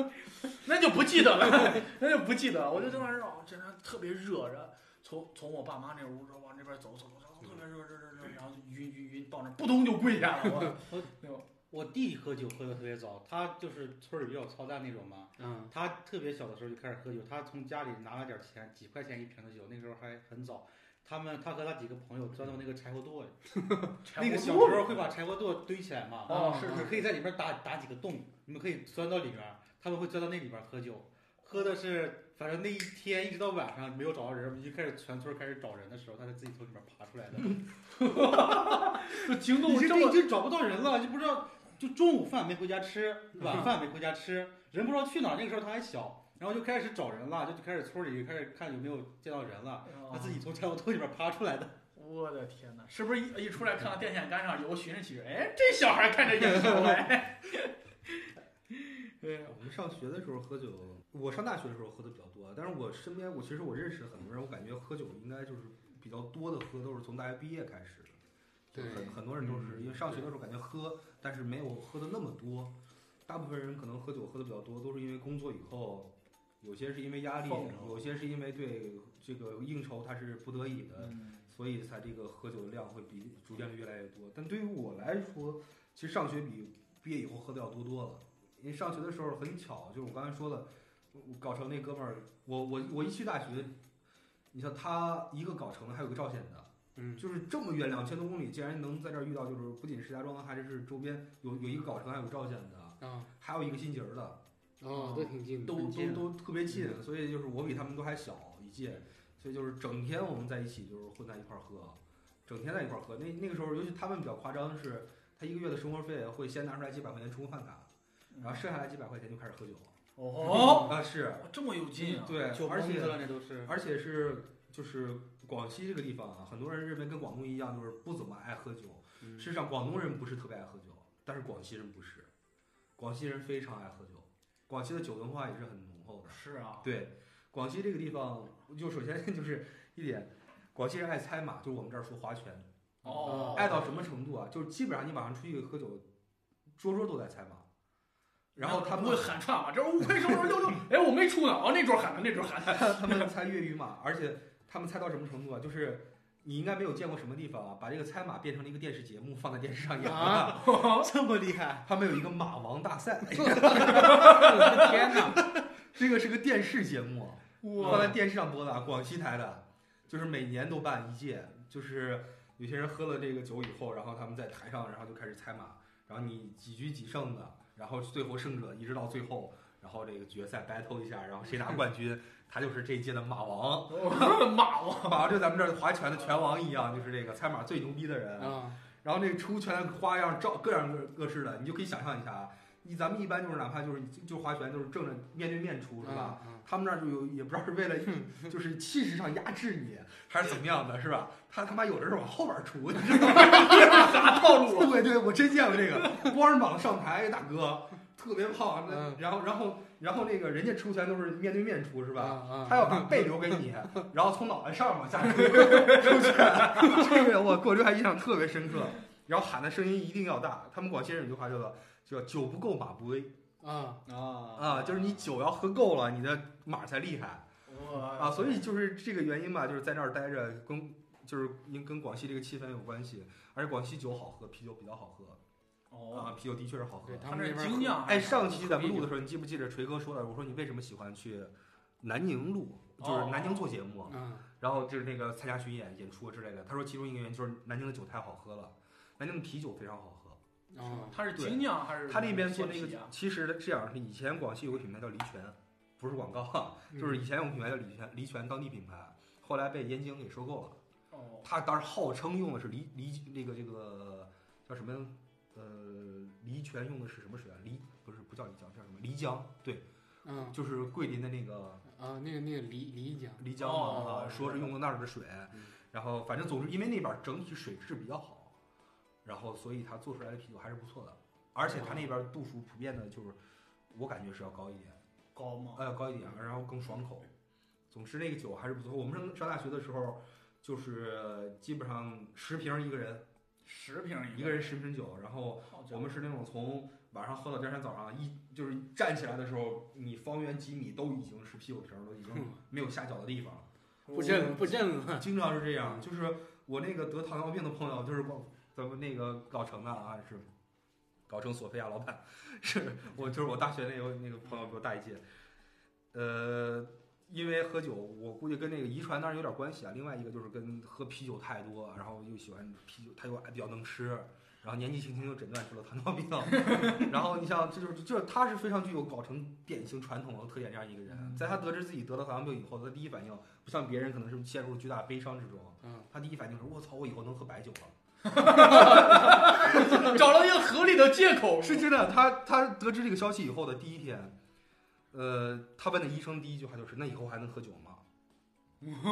[laughs]
那就不记得了， [laughs] 那就不记得了。我就在那儿绕，真的特别热，然后从从我爸妈那屋往这边走走走走，特别热热热
嗯
热，然后就晕晕晕到那儿，扑通就跪下了。我
我弟喝酒喝的特别早，他就是村儿里比较操蛋那种嘛。
嗯，
他特别小的时候就开始喝酒，他从家里拿了点钱，几块钱一瓶的酒，那时候还很早。他们他和他几个朋友钻到那个柴火垛里， [laughs] 那个小时候会啊把柴火垛堆起来嘛，
哦
是
你可以在里边打打几个洞，你们可以钻到里边，他们会钻到那里边喝酒，喝的是，反正那一天一直到晚上没有找到人，我们就开始全村开始找人的时候，他是自己从里面爬
[laughs]
出来的。
就惊
你
动这
这这已
么
经找不到人了，就不知道，就中午饭没回家吃，晚饭没回家吃，人不知道去哪儿。那个时候他还小，然后就开始找人了，就就开始村里开始看有没有见到人了。
啊
他自己从柴火垛里面爬出来的，
啊我的天哪！是不是一一出来看到电线杆上有个寻人启事？哎，这小孩看着眼熟 [laughs] 哎。对，
我们上学的时候喝酒，我上大学的时候喝的比较多，但是我身边我其实我认识很多人，我感觉喝酒应该就是比较多的喝都是从大学毕业开始的，就
对
很很多人都是
嗯
因为上学的时候感觉喝，但是没有喝的那么多，大部分人可能喝酒喝的比较多，都是因为工作以后，有些是因为压力
放着，
有些是因为对这个应酬他是不得已的，
嗯，
所以才这个喝酒的量会比逐渐越来越多。但对于我来说，其实上学比毕业以后喝的要多多了。因为上学的时候很巧，就是我刚才说的，我搞成那哥们儿，我我我一去大学，你像他一个搞成的，还有个赵显的，
嗯，
就是这么远两千多公里，竟然能在这儿遇到，就是不仅石家庄，还是周边有有一个搞成，还有个赵显的，
啊，
还有一个新杰儿的，
哦，都挺近的，
都
很近
啊
都都特别
嗯
近，所以就是我比他们都还小一届，所以就是整天我们在一起就是混在一块儿喝，整天在一块儿喝。那那个时候，尤其他们比较夸张的是，他一个月的生活费会先拿出来几百块钱充个饭卡，然后剩下来几百块钱就开始喝酒。
哦，
[laughs] 啊是，
这么有劲啊！
对，
酒
而
蒙子了
且
那都是。
而且是就是广西这个地方啊，很多人认为跟广东一样，就是不怎么爱喝酒。
嗯
事实上，广东人不是特别爱喝酒，但是广西人不是，广西人非常爱喝酒，广西的酒文化也是很浓厚的。
是啊，
对，广西这个地方，就首先 [laughs] 就是一点，广西人爱猜码，就是我们这儿说划拳，
哦，
嗯爱到什么程度啊？就是基本上你晚上出去喝酒，桌桌都在猜码，然后他
们
们
会喊串嘛，这乌龟什么时候六六？哎，我没出呢，哦，那桌喊的，那桌喊的。
[laughs] 他们猜粤语码，而且他们猜到什么程度啊？就是你应该没有见过什么地方啊，把这个猜码变成了一个电视节目，放在电视上演
啊
了。
这么厉害，
他们有一个马王
[laughs]
大赛，
[laughs] 天哪！
这个是个电视节目，放
哇，
在电视上播的，啊广西台的，就是每年都办一届，就是有些人喝了这个酒以后，然后他们在台上，然后就开始猜码，然后你几局几胜的，然后最后胜者一直到最后，然后这个决赛 battle 一下，然后谁拿冠军，他就是这一届的马王， [laughs]
马王
马王就咱们这儿划拳的拳王一样，就是这个猜码最牛逼的人。
啊，
然后那出拳的花样照各样各各式的，你就可以想象一下啊，你咱们一般就是哪怕就是就就划拳都是正着面对面出是吧？
嗯？
他们那儿就有，也不知道是为了就是气势上压制你，还是怎么样的，是吧？他他妈有的是往后边 [laughs] 出，你知道吗？
啥套路？
对对，我真见过这个，光着膀子上台，一大哥特别胖，那
嗯
然后然后然后那个人家出拳都是面对面出，是
是
吧？
吧
他要把背留给你，然后从脑袋上 [laughs] 往下出出拳，这个我过这还印象特别深刻。然后喊的声音一定要大，他们广西人有句话叫做叫“酒不够马不威
啊，
啊”
啊，就是你酒要喝够了，你的马才厉害。啊，
啊
所以就是这个原因吧，就是在那儿待着，跟就是因跟广西这个气氛有关系，而且广西酒好喝，啤酒比较好喝啊
哦，，
啤酒的确是好喝
对。他
他
们
那
那
是
边
精酿，
哎，上期咱们录的时候，你记不记得锤哥说的？我说你为什么喜欢去南宁录，就是
哦
南京做节目，
嗯
然后就是那个参加巡演、演出之类的。他说其中一个原因就是南京的酒太好喝了，南京的啤酒非常好喝。
哦
他是精酿还是
他那边做那
现
个
啤啊，
其实这样是以前广西有个品牌叫黎泉，不是广告啊，
嗯
就是以前有个品牌叫黎泉，黎泉当地品牌，后来被燕京给收购了。
哦，
他当时号称用的是梨梨那个这个叫什么呃梨泉用的是什么水啊？梨不是不叫梨江，叫什么？漓江对，
嗯
就是桂林的那个
啊，那个那个漓漓江
漓江嘛
哦嗯
啊，说是用的那儿的水，然后反正总之因为那边整体水质比较好，然后所以他做出来的啤酒还是不错的，而且他那边度数普遍的就是我感觉是要高一点，
高吗？
呃高一点，然后更爽口。总之那个酒还是不错。我们上上大学的时候，就是基本上十瓶一个人。
十瓶
一个人十瓶酒，然后
好家伙，
我们是那种从晚上喝到第二天早上一就是站起来的时候，你方圆几米都已经是啤酒瓶儿，都已经
哼
没有下脚的地方了。
不震了不震了，
经常是这样，就是我那个得糖尿病的朋友，就是我咱们那个搞成的啊，是搞成索菲亚老板，是 [laughs] 我就是我大学那个那个朋友比我大一届，呃。因为喝酒，我估计跟那个遗传当然有点啊关系啊。另外一个就是跟喝啤酒太多，然后又喜欢啤酒，他又爱比较能吃，然然后年纪轻轻就诊断出了糖尿病， [laughs] 然后你像这就是就是他是非常具有搞成典型传统的特点这样一个人，在他得知自己得了糖尿病以后，他第一反应不像别人可能是陷入巨大悲伤之中，
嗯，
他第一反应是我操，我以后能喝白酒
[laughs]
了，
找了一个合理的借口，
是真的。他他得知这个消息以后的第一天，呃，他问的医生第一句话就是那以后还能喝酒吗？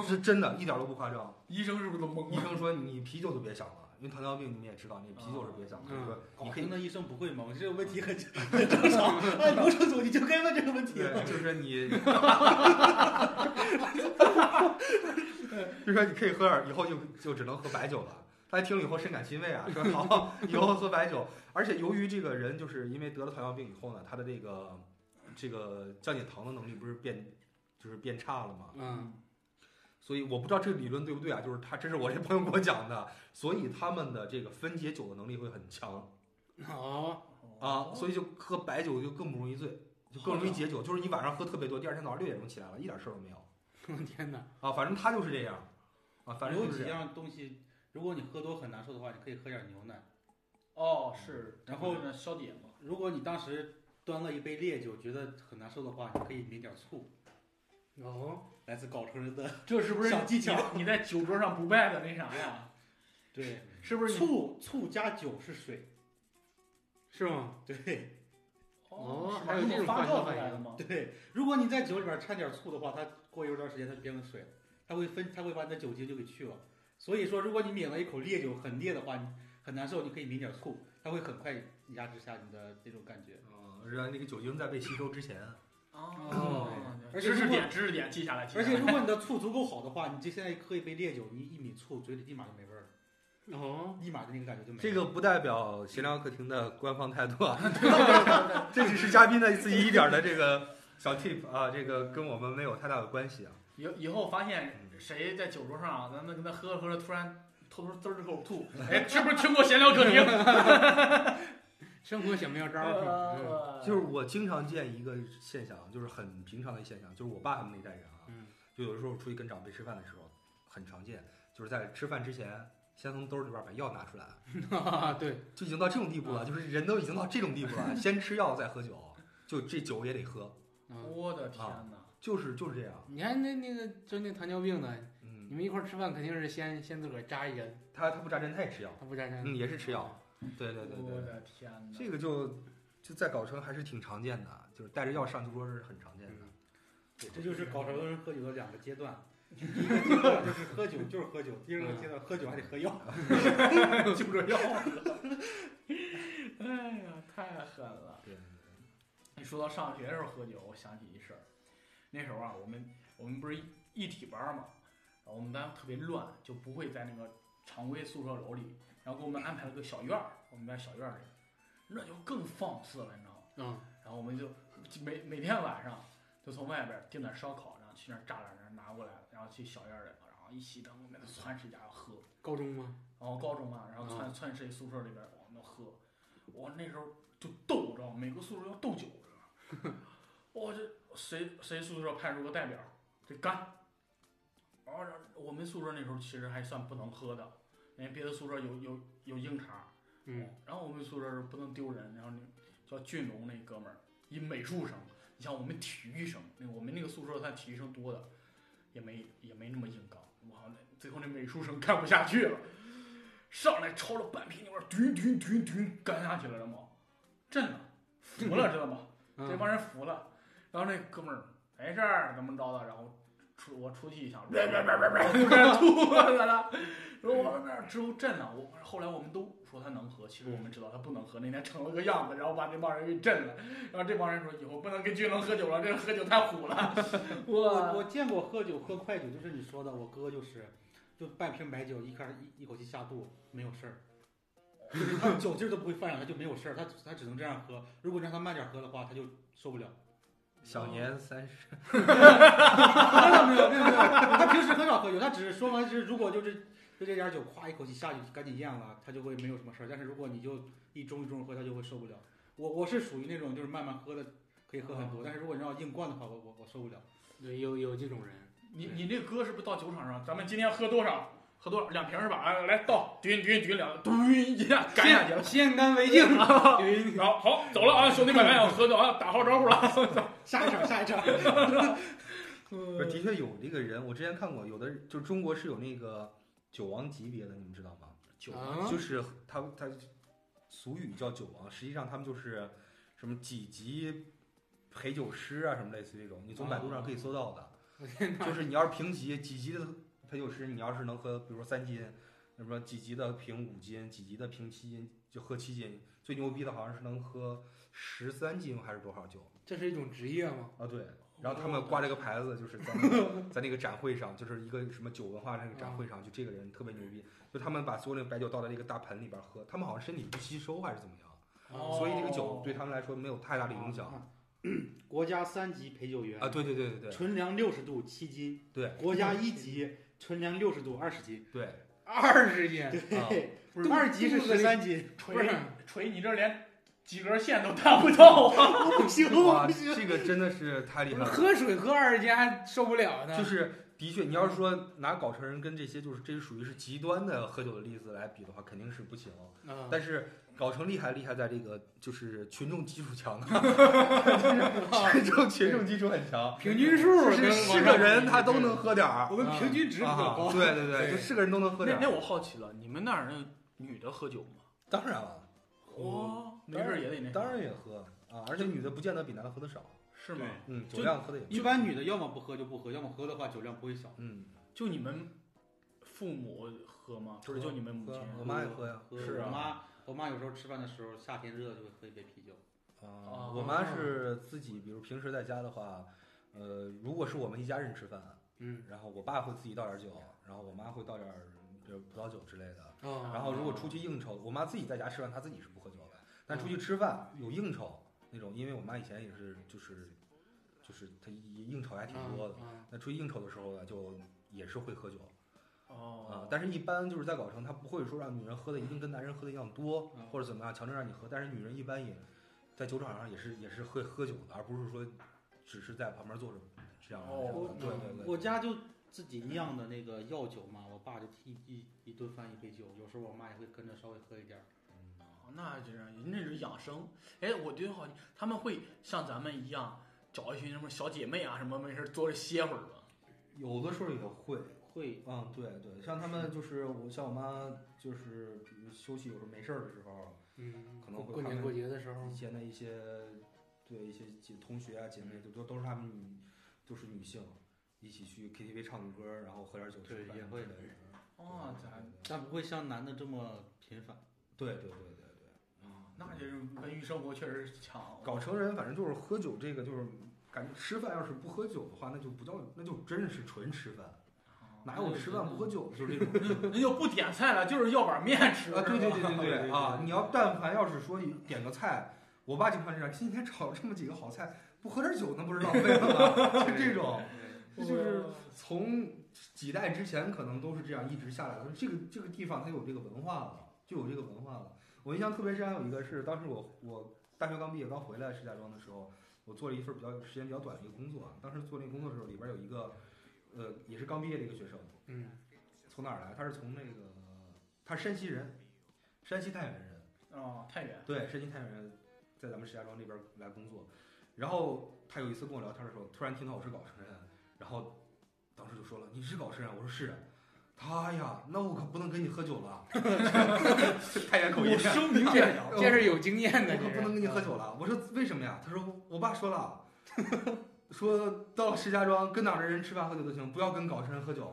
是真的，一点都不夸张。
医生是不是都懵
医
了？
生说你啤酒都别想了，因为糖尿病你们也知道，你啤酒是别想了，就是说你
搞
可以
成的医生不会吗？这个问题很很正常，按流程走你就该问这个问题了。
对，就是你，就说你可以喝点，以后就就只能喝白酒了。他听了以后深感欣慰啊，说好，以后喝白酒。而且由于这个人就是因为得了糖尿病以后呢，他的这个这个降解糖的能力不是变就是变差了吗？
嗯，
所以我不知道这个理论对不对啊，就是他这是我这朋友给我讲的，所以他们的这个分解酒的能力会很强
哦， [laughs]
啊，所以就喝白酒就更不容易醉，就更容易解酒。就是你晚上喝特别多，第二天早上六点钟起来了，一点事儿都没有。
我天哪，
啊，反正他就是这样，啊，反正
有
就是
几
这样。
样东西，如果你喝多很难受的话，你可以喝点牛奶。
哦，是，
然后
呢，消解嘛，
如果你当时端了一杯烈酒，觉得很难受的话，你可以抿点醋。
哦，
来自搞成人的
这是不是
小技巧
你？你在酒桌上不败的那啥呀？
对
是不是你？
醋醋加酒是水，
是吗？
对
哦
哦，
是
还有这种
发
化学
酵出
反应
来的吗？
对。如果你在酒里边掺点醋的话，它过一段时间它就变成水了，它会分，它会把你的酒精就给去了。所以说，如果你抿了一口烈酒，很烈的话，你很难受，你可以抿点醋，它会很快压制下你的这种感觉。
嗯，让那个酒精在被吸收之前，
哦，
而且
知识
如果
点，知识点记下来，记下
而
来
且如果你的醋足够好的话，你这现在喝一杯烈酒，你一抿醋，嘴里立马就没味儿了，
哦，
立马就那个感觉就没了。
嗯这个不代表闲聊客厅的官方态度 [laughs] 啊，这只是嘉宾的自己一点儿的这个小 tip 啊，这个跟我们没有太大的关系啊。
以以后发现谁在酒桌上，啊咱们跟他喝着喝着，突然偷偷滋儿口吐，哎，是不是听过闲聊客厅？
生活小妙招儿，
呃
就是我经常见一个现象，就是很平常的现象，就是我爸他们那代人啊，
嗯
就有的时候出去跟长辈吃饭的时候，很常见，就是在吃饭之前，先从兜里边把药拿出来，
嗯，哈哈哈对，
就已经到这种地步了，就是人都已经到这种地步了，先吃药再喝酒，就这酒也得喝，
嗯，
我的天哪！
就是就是这样，
你看那那个就那糖尿病的，
嗯
你。们一块儿吃饭肯定是先先自个儿扎一针，
他他不扎针，他也吃药。
他不扎针，
嗯，也是吃药。对对对
我
对，
的天哪！
这个就就在搞成还是挺常见的，就是带着药上酒桌是很常见的。
对，这就是搞成人喝酒的两个
[laughs]
阶段。第一个阶段就是喝酒就是喝酒，第二个阶段喝酒还得喝药。
就这药。 [laughs] 哎呀，太狠了！
对，
你说到上学的时候喝酒，我想起一事儿。那时候啊，我们我们不是一体班嘛，我们班特别乱，就不会在那个常规宿舍楼里，然后给我们安排了个小院儿，我们班小院儿里，那就更放肆了，你知道吗？
嗯，
然后我们就就每每天晚上就从外边订点烧烤，然后去那儿炸点儿，然后拿过来，然后去小院儿里，然后一熄灯，我们就窜谁家喝。
高中吗？
然后高中嘛，然后窜窜谁宿舍里边儿，我们喝，我那时候就斗，知道吗？每个宿舍要斗酒， [laughs] 我这谁谁宿舍派出个代表，得干。然后我们宿舍那时候其实还算不能喝的，因为别的宿舍有有有硬茬儿，
嗯，
然后我们宿舍是不能丢人，然后那叫俊龙那哥们儿，一美术生，你像我们体育生，那我们那个宿舍算体育生多的，也没也没那么硬刚。我那最后那美术生看不下去了，上来抄了半瓶牛肉，怼怼怼怼干下去了，知道吗？震了，服了，知道吗？
嗯
这帮人服了。然后那哥们儿没事儿怎么着的，然后出我出去一想，别别别别别，就开始吐了了。然后我那儿之后震了，我后来我们都说他能喝，其实我们知道他不能喝，那天成了个样子，然后把这帮人给震了。然后这帮人说以后不能跟军龙喝酒了，这喝酒太虎了。
呃
我
我
我见过喝酒喝快酒，就是你说的，我哥就是，就半瓶白酒一开一一口气下肚没有事儿，就是他酒劲儿都不会犯上，他就没有事儿，他他只能这样喝。如果让他慢点喝的话，他就受不了。 [laughs]
小年三十，
没有没有没有没有，他平时很少喝酒，他只是说完是如果就是就这点酒，咵一口气下去赶紧咽了，他就会没有什么事儿。但是如果你就一盅一盅喝，他就会受不了。我我是属于那种就是慢慢喝的，可以喝很多，但是如果你让我硬灌的话，我我我受不了。
对，有有这种人，
你你这歌是不是到酒场上？咱们今天喝多少？喝多了，两瓶是吧？啊，来倒，怼怼怼两，怼一下干下去了。
先干为敬。啊
然后好走了啊，兄弟们，要喝酒啊，打好招呼了。
下一场，下一场。
不
[laughs]
是，的确有这个人，我之前看过，有的就是中国是有那个酒王级别的，你们知道吗？
酒
啊
就是他他俗语叫酒王，实际上他们就是什么几级陪酒师啊，什么类似这种，你从百度上可以搜到的。就是你要是评级几级的陪酒师，你要是能喝，比如说三斤，什么几级的评五斤，几级的评七斤，就喝七斤。最牛逼的好像是能喝十三斤还是多少酒
这是一种职业吗？
啊？对。然后他们挂这个牌子，就是在那个在那个展会上，就是一个什么酒文化那个展会上，就这个人特别牛逼，就他们把所有的白酒倒在那个大盆里边喝，他们好像身体不吸收还是怎么样，
哦
所以这个酒对他们来说没有太大的影响
啊。 [clears throat] 国家三级陪酒员
啊。对对对对对
纯粮六十度七斤，
对，
国家一级纯粮六十度二十斤，
对
二十斤，
对啊，
不是
二级是
肚子
十
里
三斤，
不
锤
是
锤，你这连及格线都达不到 [laughs] 啊！
不行
哇，
不行，
这个真的是太厉害了。
喝水喝二十斤还受不了呢。
[laughs] 就是的确，你要是说拿搞成人跟这些就是这是属于是极端的喝酒的例子来比的话，肯定是不行。
嗯
但是搞成厉害厉害在这个就是群众基础强， [laughs]
[laughs]
群众群众基础很强，
哦平均数
就
跟
是
往
是
上
个人
比
他都能。喝点儿
我们平均值比较
啊，
高，
对对对，啊
对
就是个人都能喝点
那那
儿。
我好奇了，你们那儿那女的喝酒吗？
当然了，
哦，没
当然
事也得那，
当然也喝啊，而且女的不见得比男的喝的少，
是吗？
嗯，
就
酒量喝的也
一般女的要么不喝就不喝，要么喝的话酒量不会小。
嗯，
就你们父母喝吗？不是，就你们母
喝
亲。啊
我妈也喝呀。
喝
是啊
我妈，我妈有时候吃饭的时候，夏天热就会喝一杯啤酒。
啊，我妈是自己，比如平时在家的话，呃，如果是我们一家人吃饭，
嗯，
然后我爸会自己倒点儿酒，然后我妈会倒点儿就是葡萄酒之类的。
哦
然后如果出去应酬，我妈自己在家吃饭，她自己是不喝酒的，但出去吃饭有应酬那种，因为我妈以前也是就是就是她应酬还挺多的，
嗯
那出去应酬的时候呢，就也是会喝酒啊
哦，，
但是一般就是在搞成，她不会说让女人喝的一定跟男人喝的一样多
嗯
或者怎么样，强制让你喝，但是女人一般也在酒场上也是也是会喝酒的，而不是说只是在旁边坐着这样。
哦
对对对，
我家就自己酿的那个药酒嘛，我爸就一一一顿饭一杯酒，有时候我妈也会跟着稍微喝一点儿。
那这样那是养生。哎，我觉得好，他们会像咱们一样找一群什么小姐妹啊什么，没事坐着歇会儿吗？
有的时候也会。
会，
嗯，对对，像他们就是我，像我妈就是，比如休息有时候没事儿的时候，
嗯，
可能会
过年过节的时候，
以前的一些对一些姐同学啊姐妹，就都都是她们女，都是女性，一起去 KTV 唱歌，然后喝点酒，
对
吃饭
也会
之类的嗯
哦，咱
对
但不会像男的这么频繁。
对对对对对，
[laughs]
那这是文娱生活确实是强。啊
搞成人反正就是喝酒这个就是感觉吃饭要是不喝酒的话，那就不叫那就真的是纯吃饭，
啊
哪有吃饭不喝酒的就是这种。
那就不点菜了，就是要碗面吃。
啊，对对
是
对
吧
对对啊！你要但凡要是说你点个菜，我爸经常这样，今天炒了这么几个好菜，不喝点酒那不是浪费了吗？就 [laughs] 这种，这就是从几代之前可能都是这样一直下来的。这个这个地方它有这个文化了，就有这个文化了。我印象特别深，还有一个是当时我我大学刚毕业刚回来石家庄的时候，我做了一份比较时间比较短的一个工作啊。当时做那个工作的时候，里边有一个呃也是刚毕业的一个学生，
嗯，
从哪儿来？他是从那个，他是山西人，山西太原人。
哦，太远。
对，山西太原人，在咱们石家庄这边来工作。然后他有一次跟我聊天的时候，突然听到我是搞成人，然后当时就说了：“你是搞成人？”我说：“是。”啊他哎呀，那我可不能跟你喝酒了， [laughs] 太原口音。
我声明啊这 [laughs] 样，
这是有经验的，
我可嗯不能跟你喝酒了。我说为什么呀？他说我爸说了， [laughs] 说到石家庄跟哪儿的人吃饭喝酒都行，不要跟搞成人喝酒。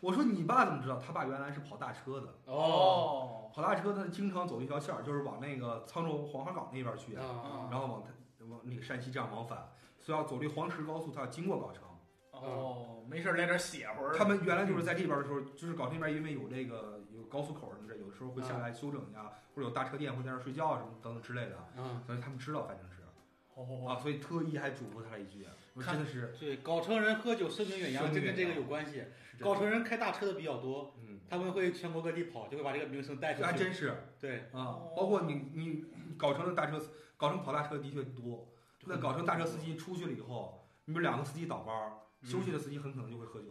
我说你爸怎么知道？他爸原来是跑大车的，
哦
哦，
跑大车他经常走一条线儿，就是往那个沧州黄花岗那边去，
啊
然后往他往那个山西这样往返，所以要走这黄石高速，他要经过藁城。
哦，没事儿来点血会儿。
嗯他们原来就是在这边的时候，就是搞那边，因为有那个有高速口儿什么的，有的时候会下来休整一下，或者有大车店会在那儿睡觉啊什么等等之类的，
啊，
所以他们知道，反正是。
哦，
啊，所以特意还嘱咐他了一句，我说
看
真的是
对，搞成人喝酒声名远扬，
声
这
名远
跟这个有
扬
关系。
是真
搞
的
成人开大车的比较多，
嗯，
他们会全国各地跑，就会把这个名声带出
还
去。
真是
对，
啊，包括你你搞成了大车，搞成跑大车的确多，那搞成大车司机出去了以后，你们两个司机倒班儿，休息的司机很可能就会喝酒。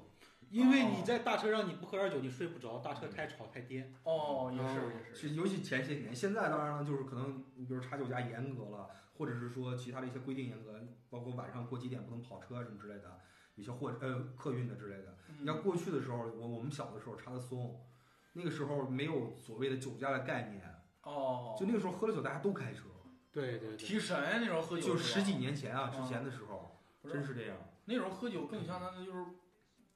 因为
哦
你在大车上你不喝点酒你睡不着，大车太吵太颠。
哦，也
哦
是也是，
是，尤其前些年，现在当然了，就是可能你比如查酒驾严格了，或者是说其他的一些规定严格，包括晚上过几点不能跑车啊什么之类的，有些货呃客运的之类的。
嗯
你像过去的时候，我我们小的时候查的松，那个时候没有所谓的酒驾的概念，
哦，
就那个时候喝了酒大家都开车，
对对对，
提神那时候喝酒，
就是十几年前啊
嗯
之前的时候，
不是
真是这样，
那时候喝酒更相当于就是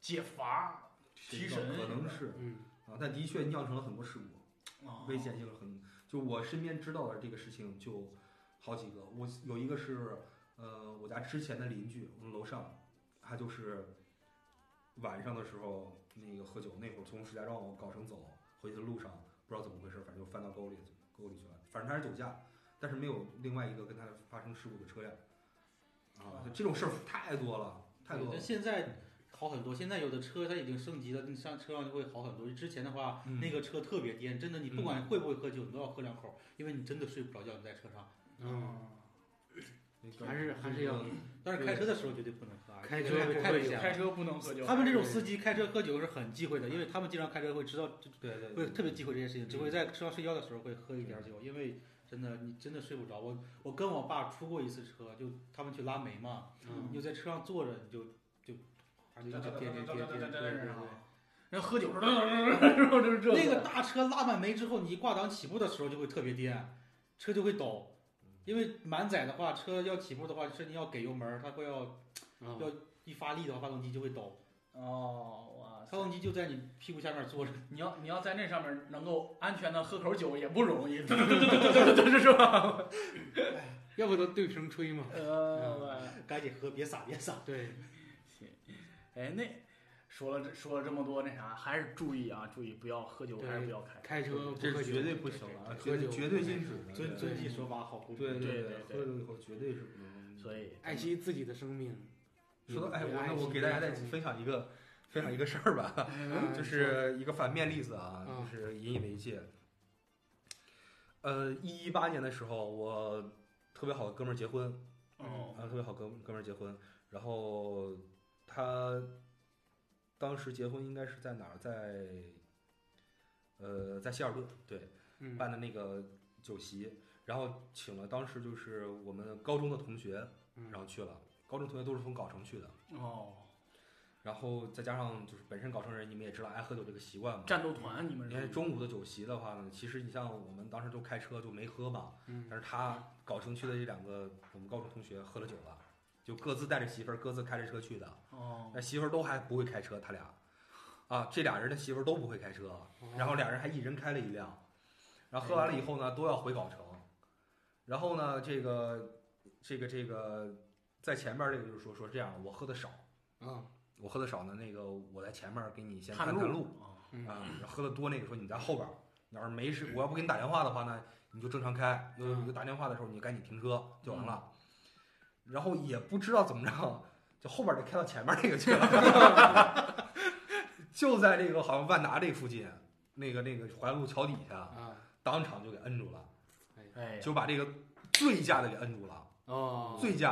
解乏提神，
可能是
嗯，
啊，但的确酿成了很多事故。
哦
危险性很，就我身边知道的这个事情就好几个。我有一个是，呃，我家之前的邻居，我们楼上，他就是晚上的时候那个喝酒，那会儿从石家庄往藁城走，回去的路上不知道怎么回事，反正就翻到沟里沟里去了。反正他是酒驾，但是没有另外一个跟他发生事故的车辆。啊，这种事儿太多了，太多
但
了。
现在好很多，现在有的车它已经升级了，你上车上就会好很多。之前的话，
嗯
那个车特别颠，真的你不管
嗯
会不会喝酒，你都要喝两口，因为你真的睡不着觉，你在车上。
哦
嗯，
那个
还是还是要
但是开车的时候绝对不能喝啊，
开
这
车
个
不
太
会
危险
嗯开
了。
车不能喝酒，
他们这种司机开车喝酒是很忌讳的，因为他们经常开车会知道，
对对对
会特别忌讳这件事情，
嗯
只会在车上睡觉的时候会喝一点酒，因为真的你真的睡不着。我我跟我爸出过一次车，就他们去拉煤嘛，
嗯
你就在车上坐着，你就就啊就就颠颠颠颠
[laughs]
颠，对对对。
人喝酒时候，
嗯
然后 [laughs] 就是这
那个大车拉满煤之后，你一挂档起步的时候就会特别颠，车就会抖，因为满载的话，车要起步的话，甚至要给油门儿，它会要
嗯
要一发力的话，发动机就会抖，
哦哇
发动机就在你屁股下面坐着，
你要你要在那上面能够安全的喝口酒也不容
[laughs]
易， [laughs] 对对对对对对，是吧？
要不都对瓶吹嘛。
嗯
呃，
赶紧喝，别撒别撒。
对，
哎，那说了这说了这么多，那啥，还是注意啊，注意不要喝酒，
对
还是不要开。
开车不
这
喝
是
酒
绝对不行了，啊，绝
喝酒
对绝对禁止的。
遵
对
遵纪守法，好公民。
对
对
对，
对
喝了以后绝对是不能。
所以，
爱惜自己的生命。
说到哎，我
也爱
那
惜
我给大家再
自己的生命
分享一个分享一个事儿吧，
嗯
就是一个反面例子啊，
嗯
就是引以为戒。呃，一一八年的时候，我特别好的哥们儿结婚，
哦，
啊，特别好哥哥们儿结婚，然后他当时结婚应该是在哪儿，在呃，在希尔顿，对，
嗯
办的那个酒席，然后请了当时就是我们高中的同学，
嗯
然后去了。高中同学都是从藁城去的，
哦，
然后再加上就是本身藁城人，你们也知道爱喝酒这个习惯嘛。
战斗团，你们
因
是
为哎中午的酒席的话呢，其实你像我们当时就开车就没喝嘛，
嗯
但是他藁城去的这两个我们高中同学喝了酒了，就各自带着媳妇儿，各自开着车去的。
哦
那媳妇儿都还不会开车，他俩，啊，这俩人的媳妇儿都不会开车，
嗯
然后俩人还一人开了一辆，然后喝完了以后呢，都要回藁城，然后呢，这个，这个，这个，在前面这个就是说说这样，我喝的少，
啊，
我喝的少呢，那个我在前面给你先
探
探探路
哦
嗯
啊，然后喝的多那个说你在后边儿，你要是没事，我要不给你打电话的话呢，你就正常开，有
嗯
有打电话的时候你就赶紧停车就完了，
嗯
然后也不知道怎么着，就后边儿就开到前面那个去了，
[laughs]
就在这个好像万达这附近，那个那个淮安路桥底下，
啊，
当场就给摁住了，
哎，
就把这个醉驾的给摁住了，
哦，
醉驾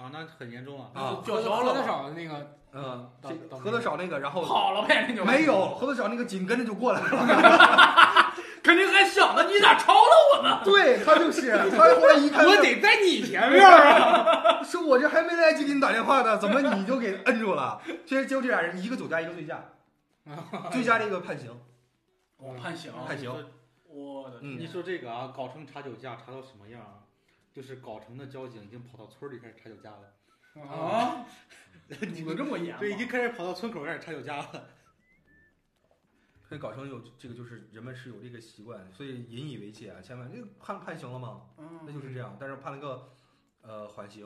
啊，那很严重啊！
啊，
叫嚣了
喝的
吧，
少的那个，
嗯，
到
这
到
喝的少那个，然后
跑了呗，那就
没有喝的少那个紧跟着就过来了。
肯定还想呢，你咋超了？
[laughs] 对他就是，他后来一看，
我得在你前面啊。
[laughs] 说我这还没来得及给你打电话呢，怎么你就给摁住了？这结果这俩人一个酒驾，一个醉
[laughs]
驾，醉驾这个判刑，
我判刑，
还行
你说
我的天
嗯
你说这个啊，藁城查酒驾查到什么样啊？就是藁城的交警已经跑到村里开始查酒驾了，
啊，堵得这么严吗？
对，已经开始跑到村口开始查酒驾了。
所以搞成有这个就是人们是有这个习惯，所以引以为戒啊，千万这个判判刑了吗？那
嗯，
就是这样，但是判了个呃缓刑，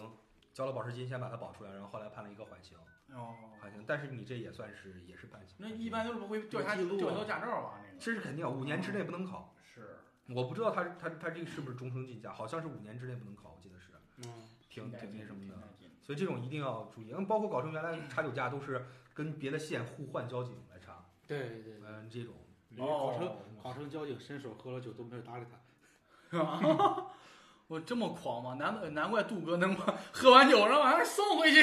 交了保释金先把他保出来，然后后来判了一个缓刑，
哦，
缓刑，但是你这也算是也是判刑，
那一般都是不会调查
有记录
吊
啊
销驾照吧？那个
这是肯定啊，五年之内不能考，
是，
我不知道他他他这个是不是终生禁驾，好像是五年之内不能考，我记得是
嗯
挺挺那什么的
挺。带劲
所以这种一定要注意。嗯，包括藁城原来查酒驾都是跟别的县互换交警来查，
对对对，
嗯，这种
的
藁城
哦
藁城交警伸手喝了酒都没有搭理他，
[laughs] 我这么狂吗？难难怪杜哥能把喝完酒，然后晚上送回去。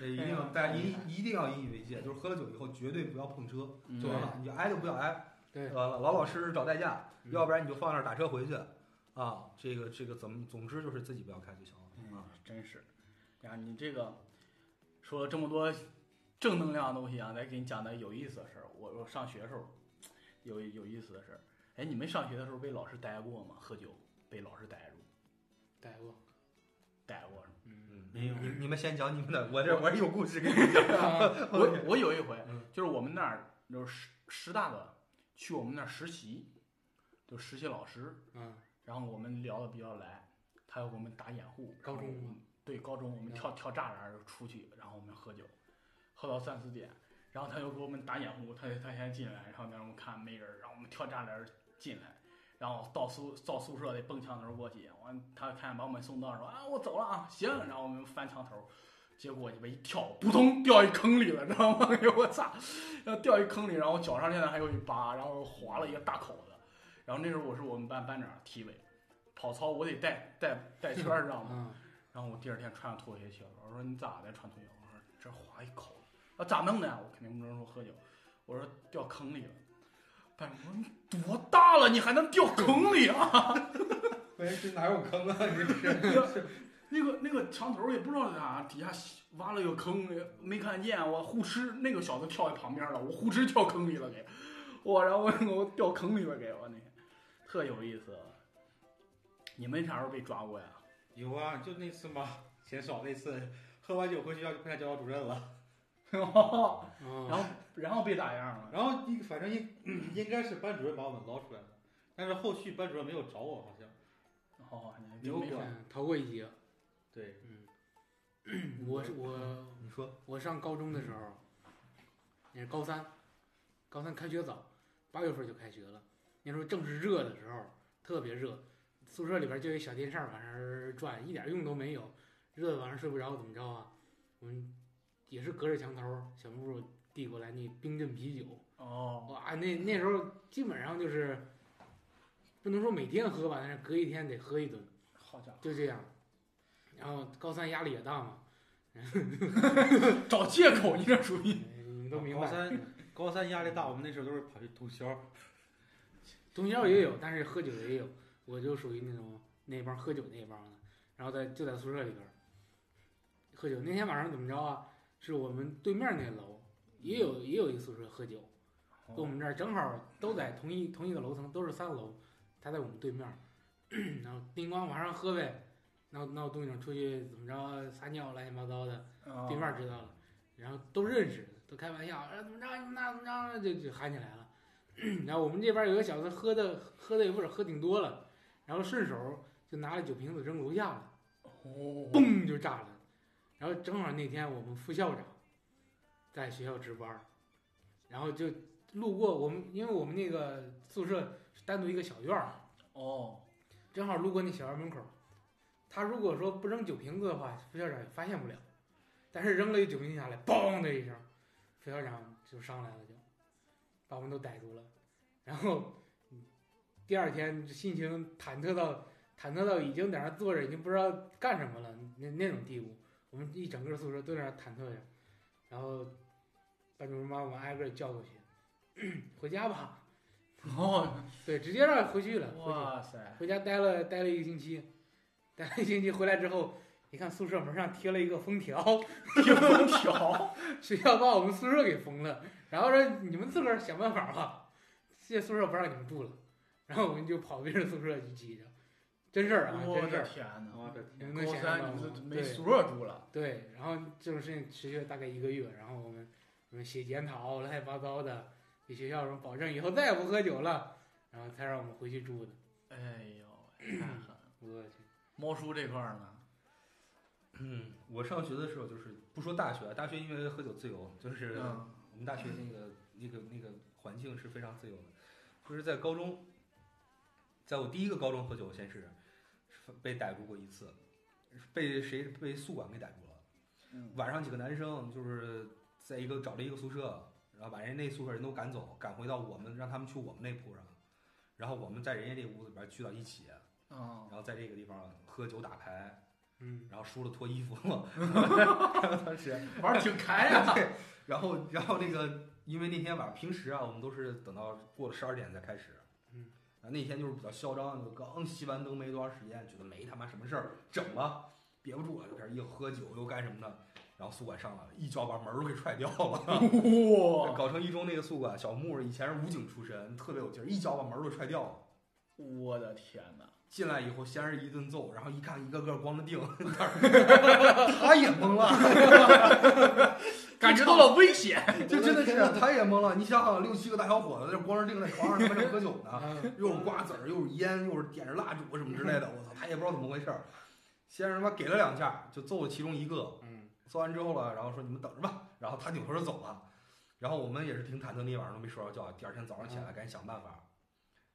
对，一定要大家一一定要引以为戒，就是喝了酒以后绝对不要碰车，
嗯
就完了，你就挨都不要挨，
对
呃，老老实实找代驾，
嗯
要不然你就放那儿打车回去，啊，这个这个怎么，总之就是自己不要开就行了
嗯
啊。，
真是。呀，你这个说了这么多正能量的东西啊，再给你讲点有意思的事儿。我我上学的时候有有意思的事儿。哎，你们上学的时候被老师逮过吗？喝酒被老师逮住，
逮过，
逮过是吗？
嗯，
[laughs] 嗯，
没有
你你们先讲你们的，我这我这有故事给你讲。
嗯
我我有一回
嗯，
就是我们那儿就是师师大的去我们那儿实习，就实习老师，
嗯，
然后我们聊的比较来，他要给我们打掩护。
高中
然后我
吗
们对高中，我们
嗯
跳跳栅栏出去，然后我们喝酒，喝到三四点，然后他又给我们打掩护，他他先进来，然后让我们看没人，然后我们跳栅栏进来。然后到宿到宿舍得蹦墙头过去，完他看把我们送到说啊我走了啊行，
嗯
然后我们翻墙头，结果鸡巴一跳，扑通掉一坑里了，知道吗？ [laughs] 哎呦我操！然后掉一坑里，然后脚上现在还有一疤，然后划了一个大口子。然后那时候我是我们班班长体委，跑操我得带带带圈儿，知道吗？ [laughs]
嗯，
然后我第二天穿上拖鞋去了，我说你咋的穿拖鞋？我说这划一口子，啊咋弄的呀？我肯定不能说喝酒，我说掉坑里了。班长说你多大了，你还能掉坑里啊？
关键是哪有坑啊？你这是
那个那个墙头儿也不知道是啥，底下挖了个坑，没看见，我呼哧那个小子跳在旁边了，我呼哧跳坑里了给， [laughs] 我然后我我掉坑里了给我那天，特有意思。你们啥时候被抓过呀？ [laughs]
有啊，就那次嘛，钱少那次，喝完酒回学校就碰上教导主任了。
然后
嗯
然后被咋样了？
然后一 [clears throat] 反正应应该是班主任把我们捞出来了，但是后续班主任没有找我，好像
哦，你还
牛
没
哥
嗯逃过一劫，
对，
[clears throat] 嗯，我是我
你说
我上高中的时候，也是高三，高三开学早，八月份就开学了。那时候正是热的时候，特别热，宿舍里边就有一小电扇儿往上转，一点用都没有，热的晚上睡不着，怎么着啊？我们也是隔着墙头儿，小木屋递过来那冰镇啤酒，
哦，
哇，那那时候基本上就是不能说每天喝吧，但是隔一天得喝一顿。
好家伙，
就这样。然后高三压力也
[laughs]
大嘛，
找借口你这属于
哎你们都明
高
白。
三高三压力大，我们那时候都是跑去通宵。
通宵也有，但是喝酒也有。我就属于那种那帮喝酒那帮的，然后在就在宿舍里边儿喝酒。那天晚上怎么着啊？是我们对面那楼也
嗯
有也有一宿舍喝酒，
哦
跟
哦
我们这儿正好都在同一同一个楼层，都是三楼，他在我们对面儿。 [clears throat] 然后叮咣往上喝呗，闹闹动静出去怎么着啊撒尿乱七八糟的。
啊哦
对面知道了，然后都认识，都开玩笑，哎，怎么着，你们那怎么着，就就喊起来了。 [clears throat] 然后我们这边有个小子喝的喝的也不少，喝挺多了，然后顺手就拿了酒瓶子扔楼下了，
哦，
嘣就炸了。然后正好那天我们副校长在学校值班儿，然后就路过我们，因为我们那个宿舍是单独一个小院儿，
哦，
正好路过那小院门口，他如果说不扔酒瓶子的话，副校长也发现不了。但是扔了一酒瓶下来，嘣的一声，副校长就上来了，就把我们都逮住了。然后嗯第二天心情忐忑到忐忑到已经在那儿坐着，已经不知道干什么了，那那种地步。我们一整个宿舍都在那儿忐忑着，然后班主任把我们挨个儿叫过去，回家吧。
哦，
对，直接让回去了，回去。
哇塞， [laughs]
回家待了待了一个星期，待了一星期回来之后，一看宿舍门上贴了一个封条，
贴封条，
学校把我们宿舍给封了，然后说你们自个儿想办法吧，这宿舍不让你们住了，然后我们就跑别人宿舍去挤着，真事儿啊，
我
真事
的
儿，
天哪！
我的
你
天，
们能
高
想象到
三
吗
你们？没
对
宿舍住了，
对，然后这种事情持续了大概一个月，然后我们我们写检讨，乱七八糟的，给学校说保证以后再也不喝酒了，然后才让我们回去住的，
哎呦，太狠了！
我去，
猫叔这块儿呢？
嗯，我上学的时候就是不说大学啊，大学因为喝酒自由，就是
嗯
我们大学那个那个那个环境是非常自由的，就是在高中，在我第一个高中喝酒，先是被逮住过一次，被谁被宿管给逮住了。
嗯
晚上几个男生就是在一个找了一个宿舍，然后把人家那宿舍人都赶走，赶回到我们让他们去我们那铺上，然后我们在人家这屋子里边聚到一起，
啊
然后在这个地方喝酒打牌，
嗯，
然后输了脱衣服了， [laughs] 当时
嗯玩儿挺开 [laughs] 啊呀、
对，然后然后那个，因为那天晚上平时啊，我们都是等到过了十二点才开始。
嗯，
啊，那天就是比较嚣张，就刚熄完灯没多长时间，觉得没他妈什么事儿，整吧，憋不住了，就开始又喝酒又干什么的。然后宿管上来了，一脚把门儿都给踹掉了，
哇
搞成一中那个宿管小木儿以前是武警出身，特别有劲儿，一脚把门儿都踹掉了。
我的天哪！
进来以后先是一顿揍，然后一看一个个光着腚， [laughs] 他也懵了。
感觉到了危险，
这真的是他也懵了。你想想，六七个大小伙子，这光着腚在床上他妈正喝酒呢，又是瓜子儿，又是烟，又是点着蜡烛什么之类的。我操，他也不知道怎么回事儿。先是他妈给了两下，就揍了其中一个。
嗯，
揍完之后了，然后说你们等着吧，然后他扭头就走了。然后我们也是挺忐忑，那晚上都没睡着觉。第二天早上起来赶紧想办法，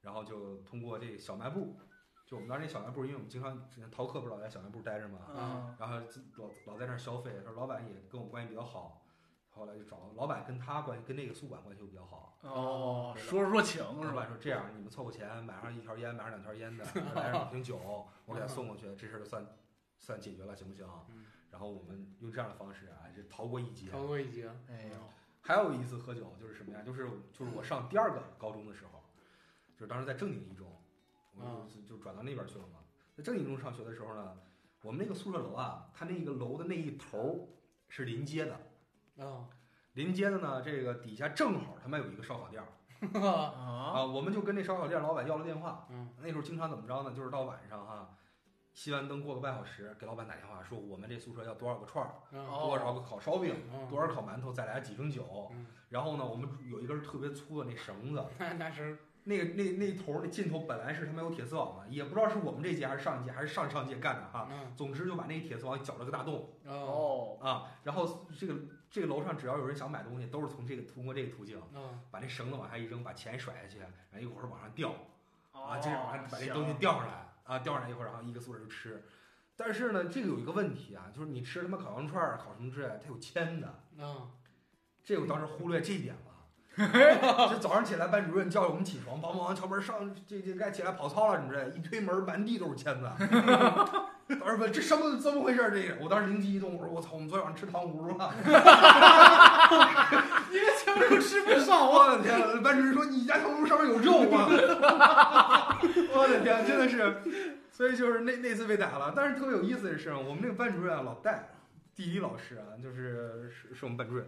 然后就通过这个小卖部，就我们当时那小卖部，因为我们经常之前逃课不是老在小卖部待着嘛，
嗯，
然后老老在那儿消费，说老板也跟我关系比较好，后来就找老板跟他关系跟那个宿管关系又比较好。
哦，说说情
嗯
是
老
吧？
板说这样，你们凑个钱买上一条烟，买上两条
[laughs]
烟的，来上两瓶酒，我给他送过去，这事儿就算算解决了，行不行？
嗯
然后我们用这样的方式啊，就逃过一劫。
逃过一劫。
哎呦，
还有一次喝酒就是什么呀？就是就是我上第二个高中的时候，就是当时在正经一中，
嗯
我就就转到那边去了嘛。在正经一中上学的时候呢，我们那个宿舍楼啊，它那个楼的那一头儿是临街的，
啊，
临街的呢，这个底下正好他妈有一个烧烤店儿
啊，
啊，我们就跟那烧烤店老板要了电话。
嗯，
那时候经常怎么着呢？就是到晚上哈、熄完灯过个半小时，给老板打电话说我们这宿舍要多少个串儿，
啊，
哦
多少个烤烧饼，
嗯
多少烤馒头，再来几瓶酒。
嗯
然后呢，我们有一根特别粗的那绳子，
拿拿绳儿，
那个那那头儿那尽头本来是他们有铁丝网的，也不知道是我们这届还是上一届还是上上届干的哈。
嗯，
总之就把那铁丝网绞了个大洞
哦，
哦，
啊，然后这个这个楼上只要有人想买东西，都是从这个通过这个途径
嗯，
把那绳子往下一扔，把钱甩下去，然后一会儿往上掉啊，
哦
接着往上把这东西
行
吊上来啊，吊上来一会儿，然后一个宿舍就吃。但是呢，这个有一个问题啊，就是你吃他妈烤羊串儿、烤什么之类的，它有铅的。
[laughs] 嗯，
这我当时忽略这一点了。 [laughs] 这早上起来，班主任叫我们起床，帮忙敲门上，这这该起来跑操了，你这一推门，满地都是签子。 [laughs] 当时问这什么怎么回事儿？这个，我当时灵机一动，我说我操，我们昨天晚上吃糖葫芦了。
因为强肉吃不上，
我的天！班主任说你家糖葫芦上面有肉吗？ [laughs] 我的天，啊真的是，所以就是那那次被打了，但是特别有意思的是，我们那个班主任啊，老戴，地理老师啊，就是是是我们班主任，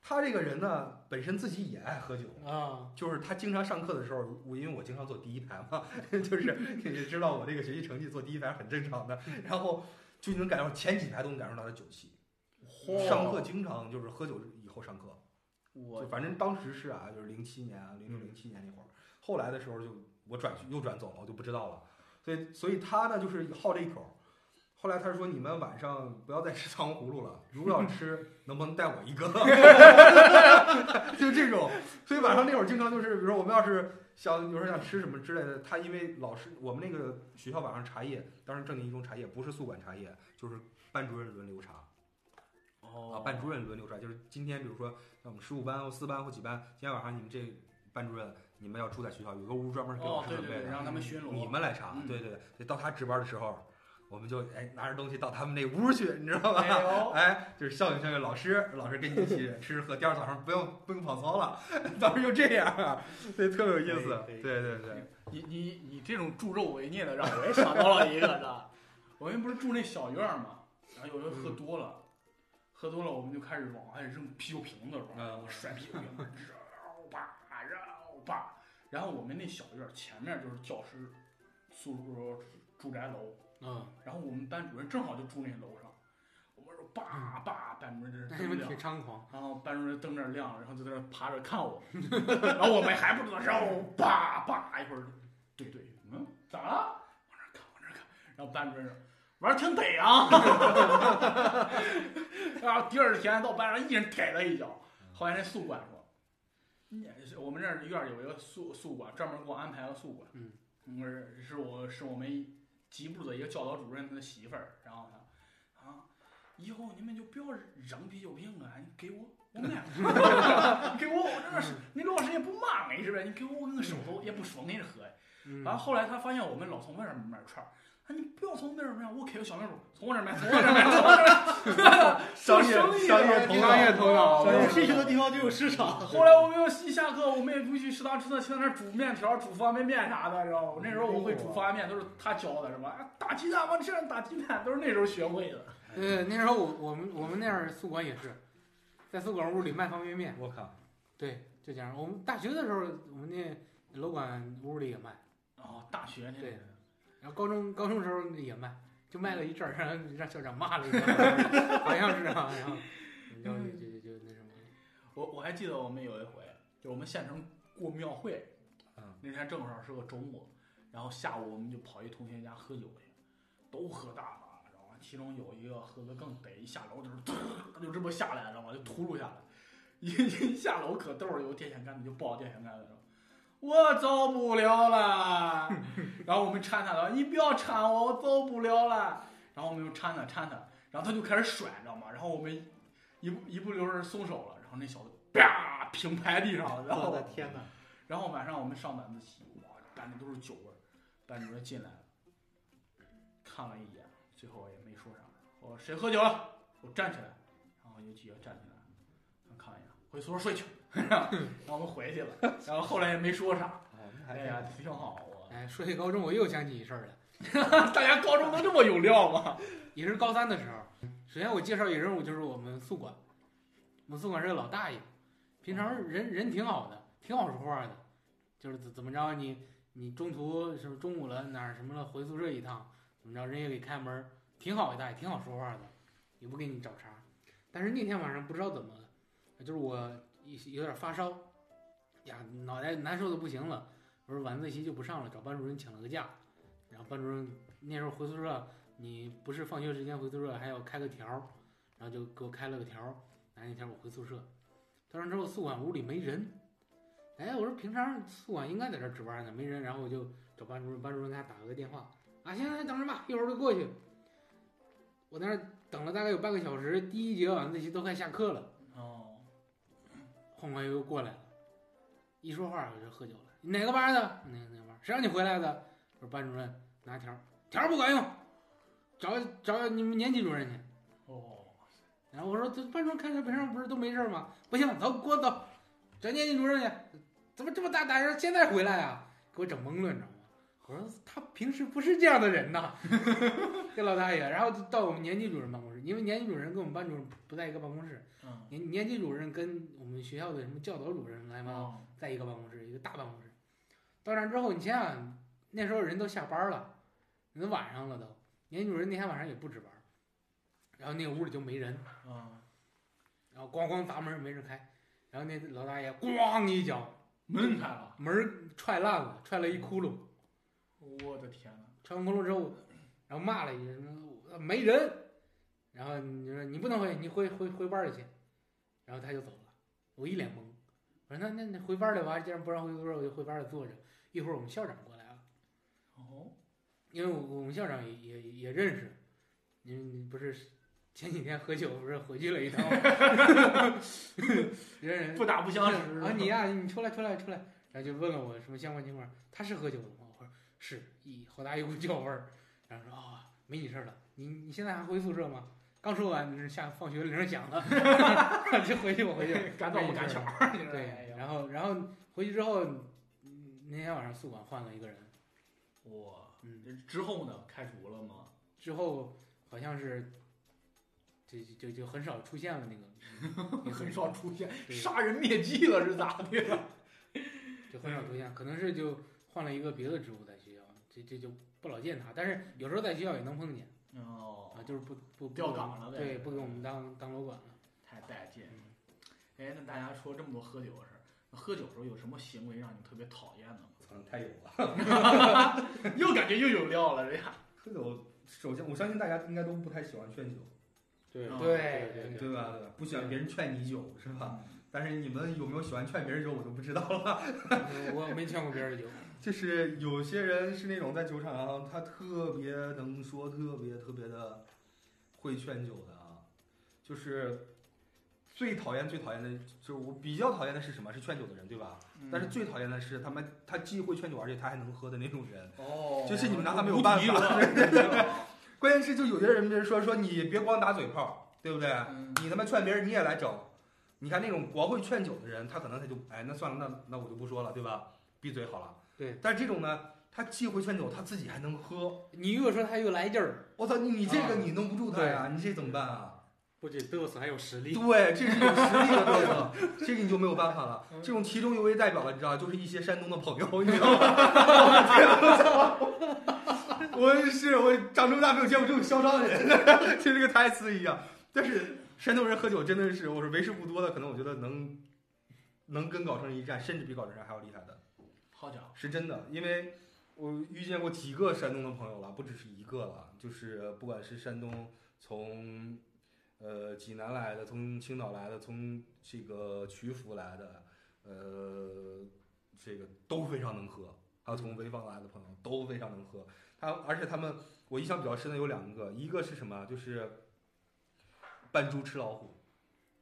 他这个人呢，本身自己也爱喝酒。
啊，
就是他经常上课的时候，我因为我经常坐第一排嘛， [laughs] 就是你也知道我这个学习成绩坐第一排很正常的，然后就能感受前几排都能感受到他酒气，
嚯
上课经常就是喝酒以后上课，
我
就反正当时是啊，就是零七年啊，零六零七年那会儿，后来的时候就我转去又转走了，我就不知道了。所以所以他呢就是好这一口。后来他说：“你们晚上不要再吃糖葫芦了，如果要吃，能不能带我一个？” [laughs] 就这种，所以晚上那会儿经常就是，比如说我们要是想，有时候想吃什么之类的，他因为老师我们那个学校晚上茶叶，当时正经一中茶叶不是宿管茶叶，就是班主任轮流茶。啊，
哦，
班主任轮流出来，就是今天比如说像我们十五班或四班或几班，今天晚上你们这班主任你们要住在学校，有个屋专门给老
哦，
师
对
准
对
备
对，
的，
让他们巡逻，
你们来查。
嗯
对对对，所以到他值班的时候，我们就哎拿着东西到他们那屋去，你知道吧？
哎呦，
[laughs] 哎，就是孝敬孝敬老师，老师跟你一 [laughs] 起吃吃喝，第二天早上不用不用跑操了，当时就这样啊，对，特别有意思，
可以
对
可以
对对，
你你你这种助纣为虐的，让我也想到了一个的。我们不是住那小院儿嘛，然后有人喝
嗯
多了，喝多了我们就开始往外扔啤酒瓶子，往
嗯
外甩啤酒瓶子，绕吧绕吧。然后我们那小院儿前面就是教师宿舍住宅楼，
嗯，
然后我们班主任正好就住那楼上。我们说叭叭，班主任在这
那你
儿
们
亮
挺，猖狂，
然后班主任灯那儿亮了，然后就在那儿趴着看我，然后我们还不知道，然后叭叭一会儿，对对，嗯，咋了？往这儿看，往这儿看，然后班主任说玩儿挺逮啊， [laughs] 然后第二天到班上一人逮了一脚，后来那宿管说，你我们这儿院儿有一个宿宿管，专门给我安排了宿管，
嗯，
我是是我是我们集部的一个教导主任的媳妇儿，然后他啊。以后你们就不要扔啤酒瓶啊！你给我，我买。 [laughs] 你给我，我这是你老师也不骂俺是不是？你给我，我跟个手头也不说俺这喝。
嗯
完后来他发现我们老从外面买串儿，啊，你不要从那儿买，我开个小卖部，从我这儿买，从我这儿买，从我这儿买做 [laughs]
[laughs] 商业
生意
商业
的
头脑
商业头脑
商业
有
头
需求
脑
的地方就有市 [laughs] 场。
后来我们又一下课，我们也不去食堂吃饭，去那儿煮面条、煮方便面啥的，知道吗？那时候我会煮方便面，都是他教的，是吧？啊打鸡蛋往这样打鸡蛋，都是那时候学会的。
呃，那时候我我们我们那儿宿管也是，在宿管屋里卖方便面，
我靠，
对，就这样。我们大学的时候，我们那楼管屋里也卖，
然后哦大学那
对
个，
然后高中高中时候也卖，就卖了一阵儿，让让校长骂了一顿，好像是啊，然后然后就就就就那什么，
我我还记得我们有一回，就我们县城过庙会，
嗯，
那天正好是个周末，然后下午我们就跑一同学家喝酒去，都喝大了，知道吗？其中有一个喝的更得，一下楼就是嘟，就这么下来，知道吗？就秃噜下来，一 [laughs] 一下楼可逗了，有电线杆子就抱电线杆子，我走不了了。 [laughs] 然后我们搀他了，你不要搀我，我走不了了。然后我们就搀他搀他，然后他就开始甩，知道吗？然后我们一不一不留神松手了，然后那小子啪平拍地上了，然
啊我
后
的天哪！
然后晚上我们上晚自习，哇，班里都是酒味儿，班主任进来了，看了一眼，最后也没说啥。我说谁喝酒了？我站起来，然后有几个站起来，然后看了一眼，回宿舍睡去。 [laughs] 然后我们回去了，然后后来也没说啥。
哦，那还
哎
挺
呀
好，
挺好，我
哎，说起高中，我又想起一事儿来。
[laughs] 大家高中都这么有料吗？
也是高三的时候。首先我介绍一个人物，就是我们宿管，我们宿管是个老大爷，平常人人挺好的，挺好说话的，就是怎怎么着你你中途什么中午了哪儿什么了回宿舍一趟，怎么着人也给开门，挺好一大爷，挺好说话的，也不给你找茬。但是那天晚上不知道怎么了，就是我一有点发烧，呀脑袋难受的不行了，我说晚自习就不上了，找班主任请了个假，然后班主任那时候回宿舍你不是放学时间回宿舍还要开个条儿，然后就给我开了个条儿，然后那天我回宿舍，到那之后宿管屋里没人，哎，我说平常宿管应该在这儿值班呢，没人，然后我就找班主任，班主任给他打了个电话，啊，行行，等着吧，一会儿就过去。我在那儿等了大概有半个小时，第一节晚自习都快下课了，
哦，
晃晃悠悠过来了，一说话我就喝酒了，你哪个班的？哪个哪个班？谁让你回来的？我说班主任拿条儿，条儿不管用，找找你们年级主任去。
哦，
然后我说这班主任看这平常不是都没事儿吗？不行，走，给我走，找年级主任去。怎么这么大胆儿，现在回来啊？给我整懵了，你知道吗？我说他平时不是这样的人呐， [laughs] 这老大爷。然后就到我们年级主任办公室，因为年级主任跟我们班主任不在一个办公室，
嗯，
年年级主任跟我们学校的什么教导主任来嘛，
嗯
在一个办公室，一个大办公室。到那之后，你想想，那时候人都下班了，人都晚上了都，年级主任那天晚上也不值班，然后那个屋里就没人。
嗯，
然后咣咣砸门没人开，然后那老大爷咣一脚
门开了，
门儿踹烂了，踹了一窟窿，
我的天呐，
踹完窟窿之后，然后骂了一句呃没人，然后你就说你不能回，你回回回班里去，然后他就走了，我一脸懵，我说那那那回班里吧，既然不让回宿舍，我就回班里坐着，一会儿我们校长过来了。
哦，
因为我我们校长也也也认识，你你不是前几天喝酒不是回去了一趟吗， [laughs] 认 [laughs] 识
不打不相识
啊，你呀、你出来出来出来，然后就问了我什么相关情况，他是喝酒了吗？我说是，一好大一股酒味儿，然后说啊、没你事儿了，你你现在还回宿舍吗？刚说完，就是下放学铃儿响了， [laughs] 就回去我
[laughs]
[laughs] 回去，
赶早不赶巧儿，你说哎
对，
呀
然后然后回去之后，嗯那天晚上宿管换了一个人，
哇，
嗯，
之后呢？开除了吗？
之后好像是就就就就很少出现了那个，
[laughs] 很少出现
对
杀人灭迹了是咋的？
就很少出现，可能是就换了一个别的职务在学校，这这就不老见他，但是有时候在学校也能碰见
哦
啊，就是不不不
调岗了呗
对，不给我们当当楼管了。
太带劲了！
嗯，
哎，那大家说这么多喝酒的事儿，那喝酒的时候有什么行为让你特别讨厌的吗？ [laughs]
操，太有了。 [laughs]
又感觉又有料了，这样。
喝酒，首先我相信大家应该都不太喜欢劝酒，
对
嗯
对
对
对吧？不喜欢别人劝你酒是吧？但是你们有没有喜欢劝别人酒，我就不知道了。 [laughs]
我我没劝过别人的酒，
就是有些人是那种在酒场上，他特别能说，特别特别的会劝酒的啊。就是最讨厌最讨厌的就是我比较讨厌的是什么？是劝酒的人，对吧？
嗯
但是最讨厌的是他们，他既会劝酒，而且他还能喝的那种人。
哦，
就是你们拿他没有办法
[laughs]
法。
关键是就有些人别人说说你别光打嘴炮，对不对？
嗯
你他妈劝别人你也来整。你看那种光会劝酒的人，他可能他就哎那算了，那那我就不说了，对吧？闭嘴好了。
对。
但这种呢，他既会劝酒，他自己还能喝。
你越说他越来劲儿，
我操，你你这个
啊
你弄不住他呀，你这怎么办啊？
不仅嘚瑟还有实力，
对，这是有实力的对策，这个你就没有办法了
嗯。
这种其中一位代表了，你知道，就是一些山东的朋友，你知道吗？ [laughs] 我是我长这么大没有见过这么嚣张的人，就这个台词一样。但是山东人喝酒真的是，我是为数不多的，可能我觉得能能跟搞成一战，甚至比搞成一战还要厉害的，
好家伙，
是真的。因为我遇见过几个山东的朋友了，不只是一个了，就是不管是山东从呃济南来的，从青岛来的，从这个曲阜来的，呃，这个都非常能喝。还有从潍坊来的朋友都非常能喝，他而且他们我印象比较深的有两个，一个是什么？就是扮猪吃老虎，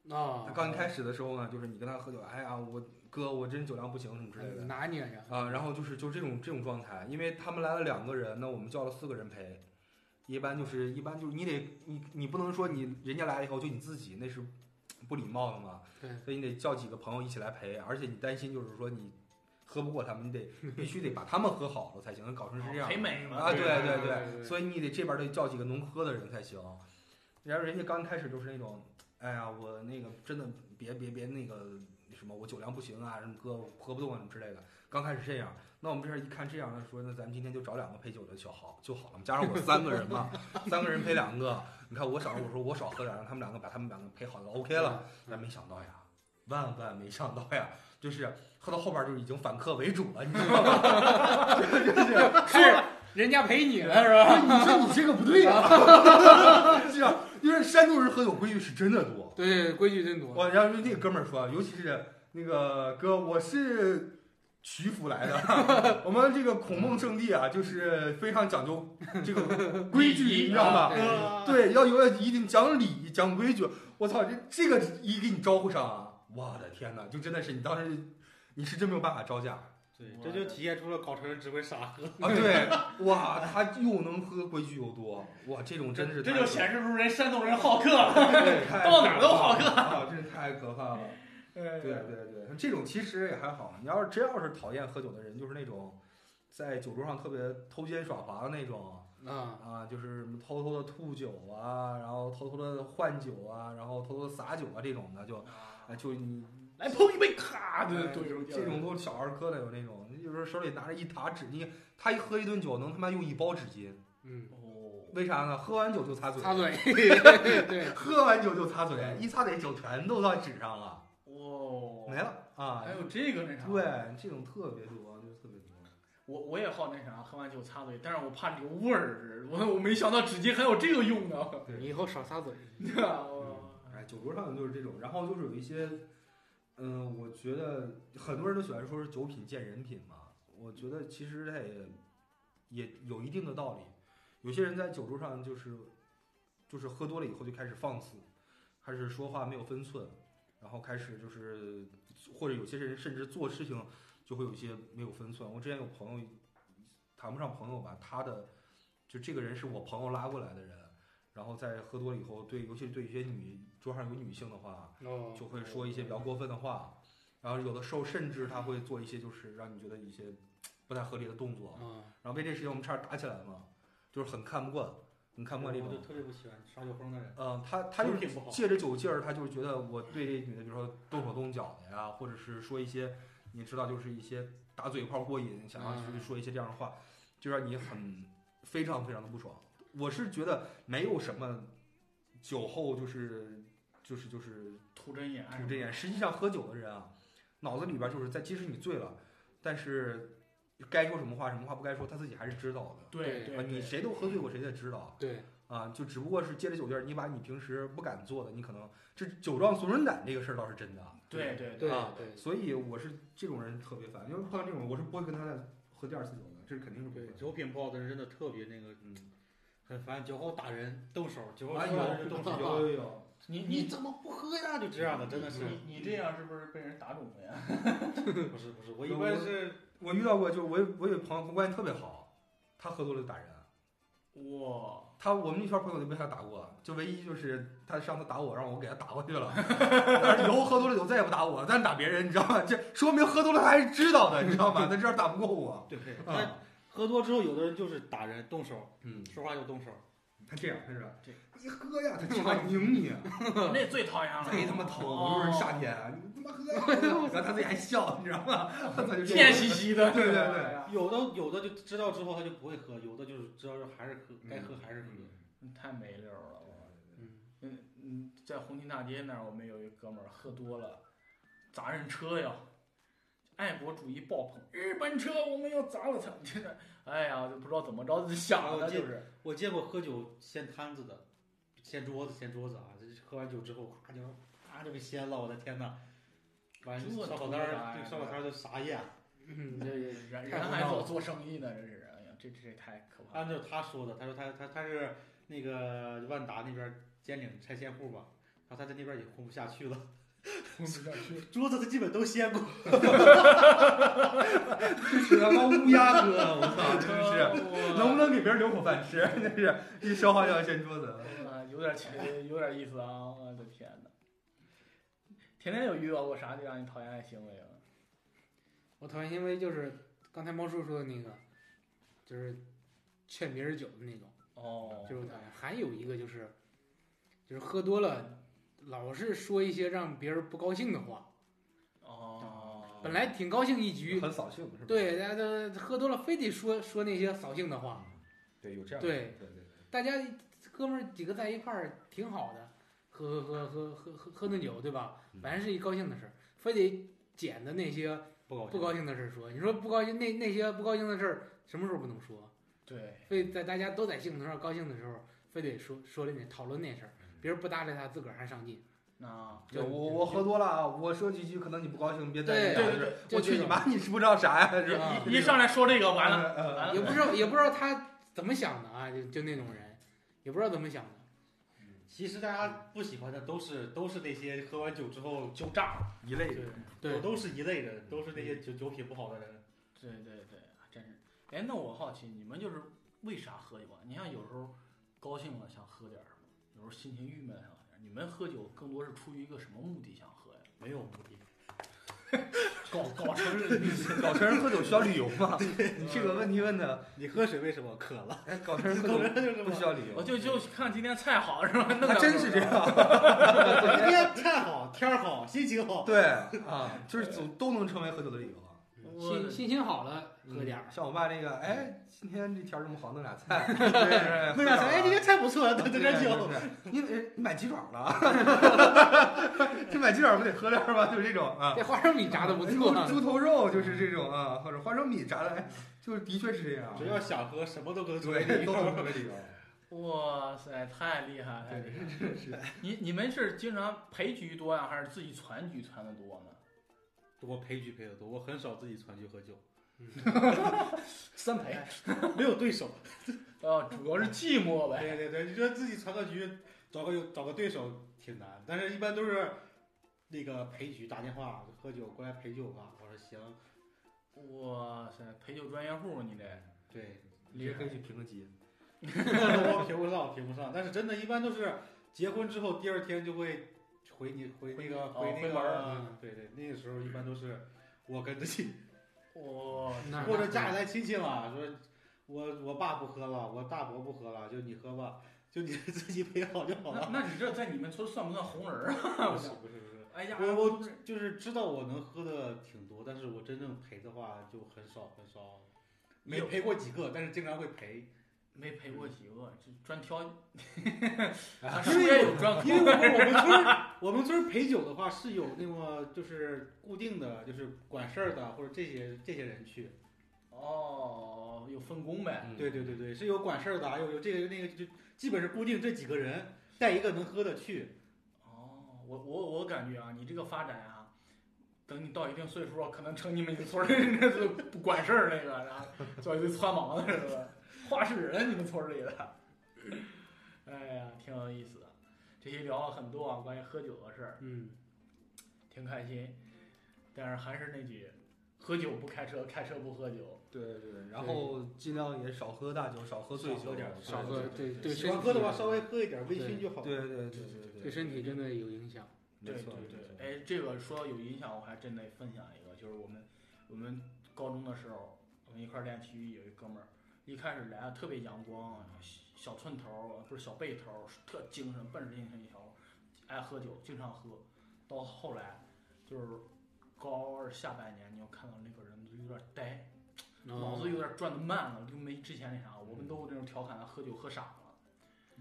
啊
他，刚开始的时候呢，就是你跟他喝酒，哎呀，我哥，我真酒量不行什么之类的
拿捏着，
啊，然后就是就这种这种状态，因为他们来了两个人，那我们叫了四个人陪，一般就是一般就是你得你你不能说你人家来了以后就你自己，那是不礼貌的嘛，
对
所以你得叫几个朋友一起来陪，而且你担心就是说你喝不过他们，你得必须得把他们喝好了才行，搞成是这样
陪美嘛
啊，对
对
对
对对对
所以你得这边得叫几个能喝的人才行。然后人家刚开始就是那种，哎呀，我那个真的别别别那个什么，我酒量不行啊，什么哥我喝不动啊什么之类的。刚开始这样，那我们这边一看这样的说，那咱们今天就找两个陪酒的就好就好了嘛，加上我三个人嘛，三个人陪两个，你看我少我说我少喝点，让他们两个把他们两个陪好就 OK 了。但没想到呀，万万没想到呀，就是喝到后边就已经反客为主了，你知道吗？ [laughs]
是人家陪你了是吧？
啊你说你这个不对呀、是啊， [laughs] 因为山东人喝酒规矩是真的多。
对对对，规矩真多。
我然后那个哥们儿说，啊尤其是那个哥，我是徐福来的， [laughs] 我们这个孔孟圣地啊，就是非常讲究这个规矩，你知道吧？
对
对，要有一定讲理、讲规矩。我操，这这个一给你招呼上啊，我的天哪，就真的是你当时你是真没有办法招架啊！
对，这就体现出了搞成人只会傻喝，
对，哇，他又能喝，规矩又多，哇，这种真是
这就
太多了
显示出人山东人好客。
到
到哪儿都哎好
看啊，真是太可怕了。
对
对对对，像这种其实也还好。你要是真要是讨厌喝酒的人，就是那种在酒桌上特别偷奸耍滑的那种
啊，
啊，就是偷偷的吐酒啊，然后偷偷的换酒啊，然后偷偷的撒酒啊这种的，就啊就你
来碰一杯，咔就
哎
就这种劲儿
这种都是小儿科的有那种，有时候手里拿着一沓纸巾，他一喝一顿酒能他妈用一包纸巾，
嗯，
哦，
为啥呢？喝完酒就擦嘴，
擦，嘴，对，
喝完酒就擦嘴，一擦嘴酒全都到纸上了，
哦，
没了啊，
还有这个那啥，
对，这种特别多，就是特别多。
我我也好那啥，喝完酒擦嘴，但是我怕留味儿， [laughs] 我我没想到纸巾还有这个用呢。 [laughs]
你以后少擦嘴。
对啊我
哎，酒桌上就是这种，然后就是有一些，嗯、我觉得很多人都喜欢说是酒品见人品嘛，我觉得其实它也也有一定的道理。有些人在酒桌上就是就是喝多了以后就开始放肆，开始说话没有分寸，然后开始就是或者有些人甚至做事情就会有一些没有分寸。我之前有朋友，谈不上朋友吧，他的就这个人是我朋友拉过来的人，然后在喝多了以后，对，尤其是对一些女桌上有女性的话，
哦
就会说一些比较过分的话，然后有的时候甚至他会做一些就是让你觉得一些不太合理的动作，
啊，
然后为这事情我们差点打起来嘛，就是很看不惯，很看不惯这
我就
种。
特别不喜欢耍酒疯的人，
嗯，他他就
酒
是
品不好。
借着酒劲儿，他就是觉得我对这女的，比如说动手动脚的呀，或者是说一些你知道，就是一些打嘴炮过瘾，想要去
嗯
说一些这样的话，就让你很非常非常的不爽。我是觉得没有什么酒后就是就是就是
吐真言，
吐这言，实际上喝酒的人啊，脑子里边就是在，即使你醉了，但是该说什么话什么话不该说，他自己还是知道的。
对对
啊，
对，
你谁都喝醉过，谁也知道。
对，
啊，就只不过是借着酒劲儿，你把你平时不敢做的，你可能这酒壮怂人胆这个事儿倒是真的。
对对
对
啊
对
所以我是这种人特别烦，因为碰到这种我是不会跟他再喝第二次酒的，这是肯定是不会
对，
嗯
的。
酒品不好的人真的特别那个，
嗯，
很烦。酒后打人、动手，酒后
啊
哎
打人、动
有
手，
有有有，
你
你怎么不喝呀？就这样的，真的是
嗯你你这样是不是被人打肿了呀？
不是不是，我一般是
我遇到过，就是我有我有朋友关系特别好，他喝多了就打人。
哇，
他我们那圈朋友就被他打过，就唯一就是他上次打我，让我给他打过去了。 [laughs] 但是以后喝多了酒再也不打我，但打别人，你知道吗？这说明喝多了他还是知道的，你知道吗？他知道打不过我。
对，
啊
他喝多之后，有的人就是打人动手，
嗯，
说话就动手。
他这样，他说
这
你
[laughs]
喝呀，他鸡巴拧你，啊
那最讨厌了，
[laughs] 贼他妈疼！
哦
我就是夏天，啊你他妈喝呀，然后他自己还笑，你知道吗？他就这
贱
样
兮兮的，
对对对
哎呀，
有的有的就知道之后他就不会喝，有的就是知道还是喝，
嗯
该喝
[laughs]
还是喝。
你太没溜儿了。我
嗯，
嗯嗯，在红旗大街那儿，我们有一哥们儿喝多了，砸人车呀，爱国主义爆棚，日本车我们要砸了他！真的，哎呀，就不知道怎么着就想
哦
的就是，
我见过喝酒掀摊子的，掀桌子掀桌子啊，这喝完酒之后咵就咵就被掀了，我的天呐！完
这
烧烤
多大
摊儿，
呀
这烧烤摊儿就傻眼。
嗯，
这人
太
人
胡
还
闹
做
了啊
做生意呢，这是，哎呀，这这这太可怕
按
了。
照他说的，他说他他他是那个万达那边尖岭拆迁户嘛，然后他在那边也混不下去了， [laughs]
混不下去，
桌子他基本都掀过。
真是他妈乌鸦哥，我
[laughs]
操，真
哦
是
是
能不能给别人留口饭吃？真是一烧花要掀桌子。
啊，有点钱，有点意思啊！我的天哪，天天有遇到过啥就让你讨厌的行为啊？
我讨厌行为就是刚才猫叔说的那个，就是劝别人酒的那种，
哦，
这是我讨厌。还有一个就是，就是喝多了，老是说一些让别人不高兴的话。
哦，
本来挺高兴一局，
很扫兴是吧？
对，大家都喝多了，非得说说那些扫兴的话。
嗯对，有这样的
对，
对对对。
大家哥们儿几个在一块儿挺好的，喝喝喝喝喝喝喝顿酒，对吧
嗯？
本来是一高兴的事儿，非得捡的那些
不高兴，
不高兴的事儿说。你说不高兴那那些不高兴的事儿什么时候不能说？
对，
非在大家都在兴头上高兴的时候，非得说说那讨论那事儿，别人不搭理他，自个儿还上进。
那
对嗯我我喝多了啊，我说几句可能你不高兴，别在意啊。
对
对
就是
对
就
我
这
去你
种
妈！你知不知道啥呀？是吧？
啊
一一上来说这个，完了，
了，呃
完
也
了，
不知道也不知道他怎么想的啊，就就那种人，也不知道怎么想的。
其实大家不喜欢的都是都是那些喝完酒之后，
酒炸了。
一类
对
对，
都是一类人，都是那些酒酒品不好的人。
对对对，真是。哎，那我好奇，你们就是为啥喝酒啊？你像有时候高兴了想喝点儿什么，有时候心情郁闷了想喝点儿。你们喝酒更多是出于一个什么目的想喝呀？
没有目的，
搞搞成人，
[laughs] 搞成人喝酒需要理由吗？你这个问题问的，
你喝水为什么渴了？
哎，搞成人喝
有
酒
人就是
不需要理由
我，就就看今天菜好是吧？弄点
还真是这样。
我今天哎菜好，天儿好，心情
[laughs]
好，
对啊，就是总都能成为喝酒的理由啊。
我
心心情好了喝点儿
嗯。像我爸这个，哎，今天这条这么好，弄俩菜，
[laughs]
对
为啥菜？哎，今天菜不错，
对
等
对对
等点酒。
对你得你买鸡爪了， [laughs] 这买鸡爪不得喝点儿吗？就是这种啊。
这花生米炸的不错
哎
啊，
猪头肉就是这种啊，或者花生米炸的，哎，就是的确是这样。
只要想喝，什么都可以做。
对，都能成为理由。
哇塞，太厉害了！太厉害了
是是
你你们是经常陪局多呀、还是自己攒局攒的多呢？
我陪局陪的多，我很少自己团局喝酒，
三陪，
没有对手。
呃，哎主要是寂寞呗。
对对对，你说自己团个局，找个有找个对手挺难，但是一般都是那个陪局打电话喝酒过来陪酒吧。我说行，
哇塞，陪酒专业户，你这
对，
你这可以去评个级，
[laughs] 我评不上，评不上。但是真的，一般都是结婚之后第二天就会回你回那个
回回
那
门儿
个
嗯，
对对，那个时候一般都是我跟着去，
哇塞，
那
或者家里来亲戚了，说我我爸不喝了，我大伯不喝了，就你喝吧，就你自己陪好就好
那
了。
那你这在你们村算不算红人啊？
[laughs] 不是不是不是，
哎呀，
我我
都是
就是知道我能喝的挺多，但是我真正陪的话就很少很少，没
有
陪过几个，但是经常会陪。
没陪过几个，这专挑，啊术业有专
因为我
攻。
们我们村儿我们村儿陪酒的话是有那么就是固定的，就是管事儿的或者这些这些人去。
哦，有分工呗。
嗯
对对对对，是有管事儿的，啊有有这个那个，就基本是固定这几个人带一个能喝的去。
哦，我我我感觉啊，你这个发展啊，等你到一定岁数，可能成你们村儿那 [laughs] 就不管事儿那个，然后做一堆窜毛的是吧？话事人，你们村儿里的。哎呀，挺有意思的。这些聊了很多啊，关于喝酒的事儿，
嗯，
挺开心。但是还是那句，喝酒不开车，开车不喝酒。
对对，然后尽量也少喝大酒，少喝醉
少喝
酒，
点儿
少
对
喝对对
喜
身
欢喝的话，
体
稍微喝一点，微醺就好。
对对对对对，
对身体真的有影响。
没
对对
错
对，
没错
哎，这个说到有影响，我还真得分享一个，就是我们我们高中的时候，我们一块儿练体育，有一哥们儿，一开始来啊特别阳光，小寸头儿啊不是小背头儿，特精神，奔着精神一条，爱喝酒，经常喝。到后来就是高二下半年，你就看到那个人有点呆，
嗯
脑子有点转的慢了，就没之前那啥。我们都那种调侃他喝酒喝傻了，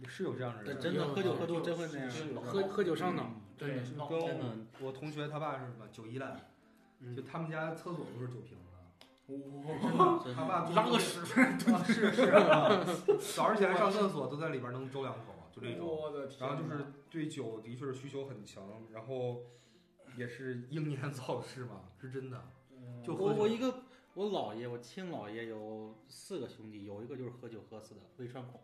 是有这样的
但
人，
真的喝酒喝多真会那样。
就
喝喝酒上脑，
对
真的是
脑
跟
子
真的
我我同学他爸是什么酒依赖，就
嗯，
他们家厕所都是酒瓶子，
我
嗯
嗯
他爸
拉个屎，
啊是是啊，早上起来上厕所都在里边能周两口，就这种。
我的 [laughs] 天！
然后就是对酒的确是需求很强，然后也是英年早逝嘛，是真的。
嗯
就喝
我
酒
我一个我姥爷，我亲姥爷有四个兄弟，有一个就是喝酒喝死的，胃穿孔，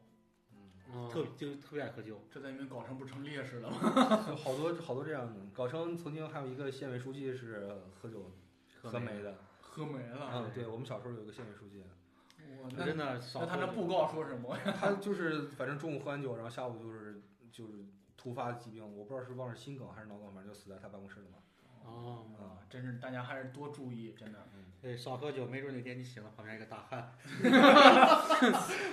嗯，
哦
特就是特别爱喝酒。
这在你们搞成不成烈士了吗？ [laughs]
[laughs] 就好多好多这样的。藁城曾经还有一个县委书记是喝酒喝没的，
喝没了，
嗯，对我们小时候有一个县委书记，
我
我
那
真的少
那
喝酒。
他那布告说什么呀？
他就是反正中午喝完酒，然后下午就是就是突发疾病，我不知道是忘了心梗还是脑梗，反正就死在他办公室了嘛。
哦，
啊、
真是大家还是多注意，真的。
对，少喝酒，没准哪天你醒了，旁边一个大汉，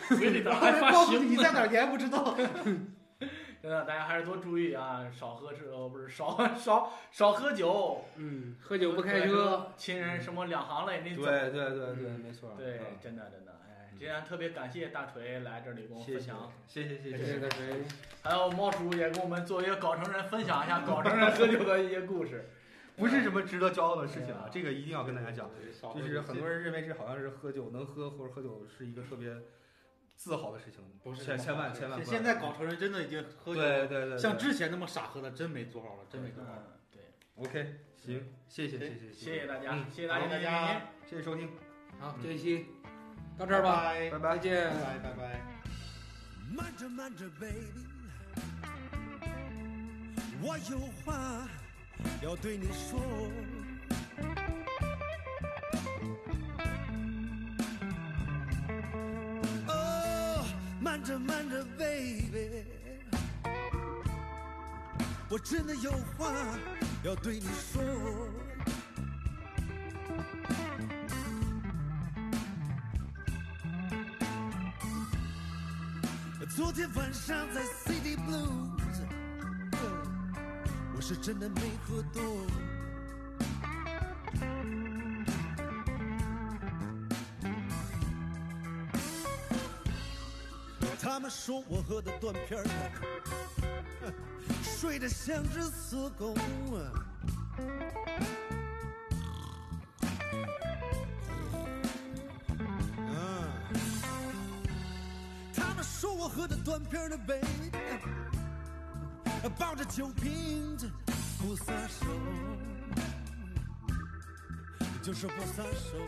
嘴里
哦
头
[laughs]
还发
告诉
腥
你在哪儿，你还不知道。
[laughs] 真的，大家还是多注意啊，少喝吃呃不是少少少喝酒，
嗯，喝酒不开车，，
亲人什么两行泪
哎
那怎么
对对对对，
嗯
没错。
对
嗯，
真的真的，哎，
嗯
今天特别感谢大锤来这里跟我
谢
分
谢
享，
谢谢谢
对
谢
对。对，
还有猫叔也跟我们作为一个搞成人分享一下搞成人喝酒的一些故事，
不
嗯
是什么值得骄傲的事情
哎呀
啊，这个一定要跟大家讲。
少喝
就
酒
是很多人认为这好像是喝酒能喝或者喝酒是一个特别自豪的事情，
不是
千
什
千
么
万
好事
千万不要
现在搞成人真的已经喝酒
对对对，
像之前那么傻喝的真没多少了，真没多少了。
嗯，对，
OK 行，谢谢谢谢谢
谢谢大家
嗯，
谢谢大家
好
的
大
聆
家
听。
谢谢收听，
好，
嗯
这一期到这儿吧，
拜
拜拜
拜
再。见。
拜拜拜。
慢着，慢着，baby，我有话要对你说。哦，慢着，慢着，baby，我真的有话要对你说。昨天晚上在 City Blues，呃我是真的没喝多。他们说我喝的断片儿了，呃睡得像只死狗啊。啊他们说我喝的断片儿的 baby，抱着酒瓶子不撒手，就是不撒手。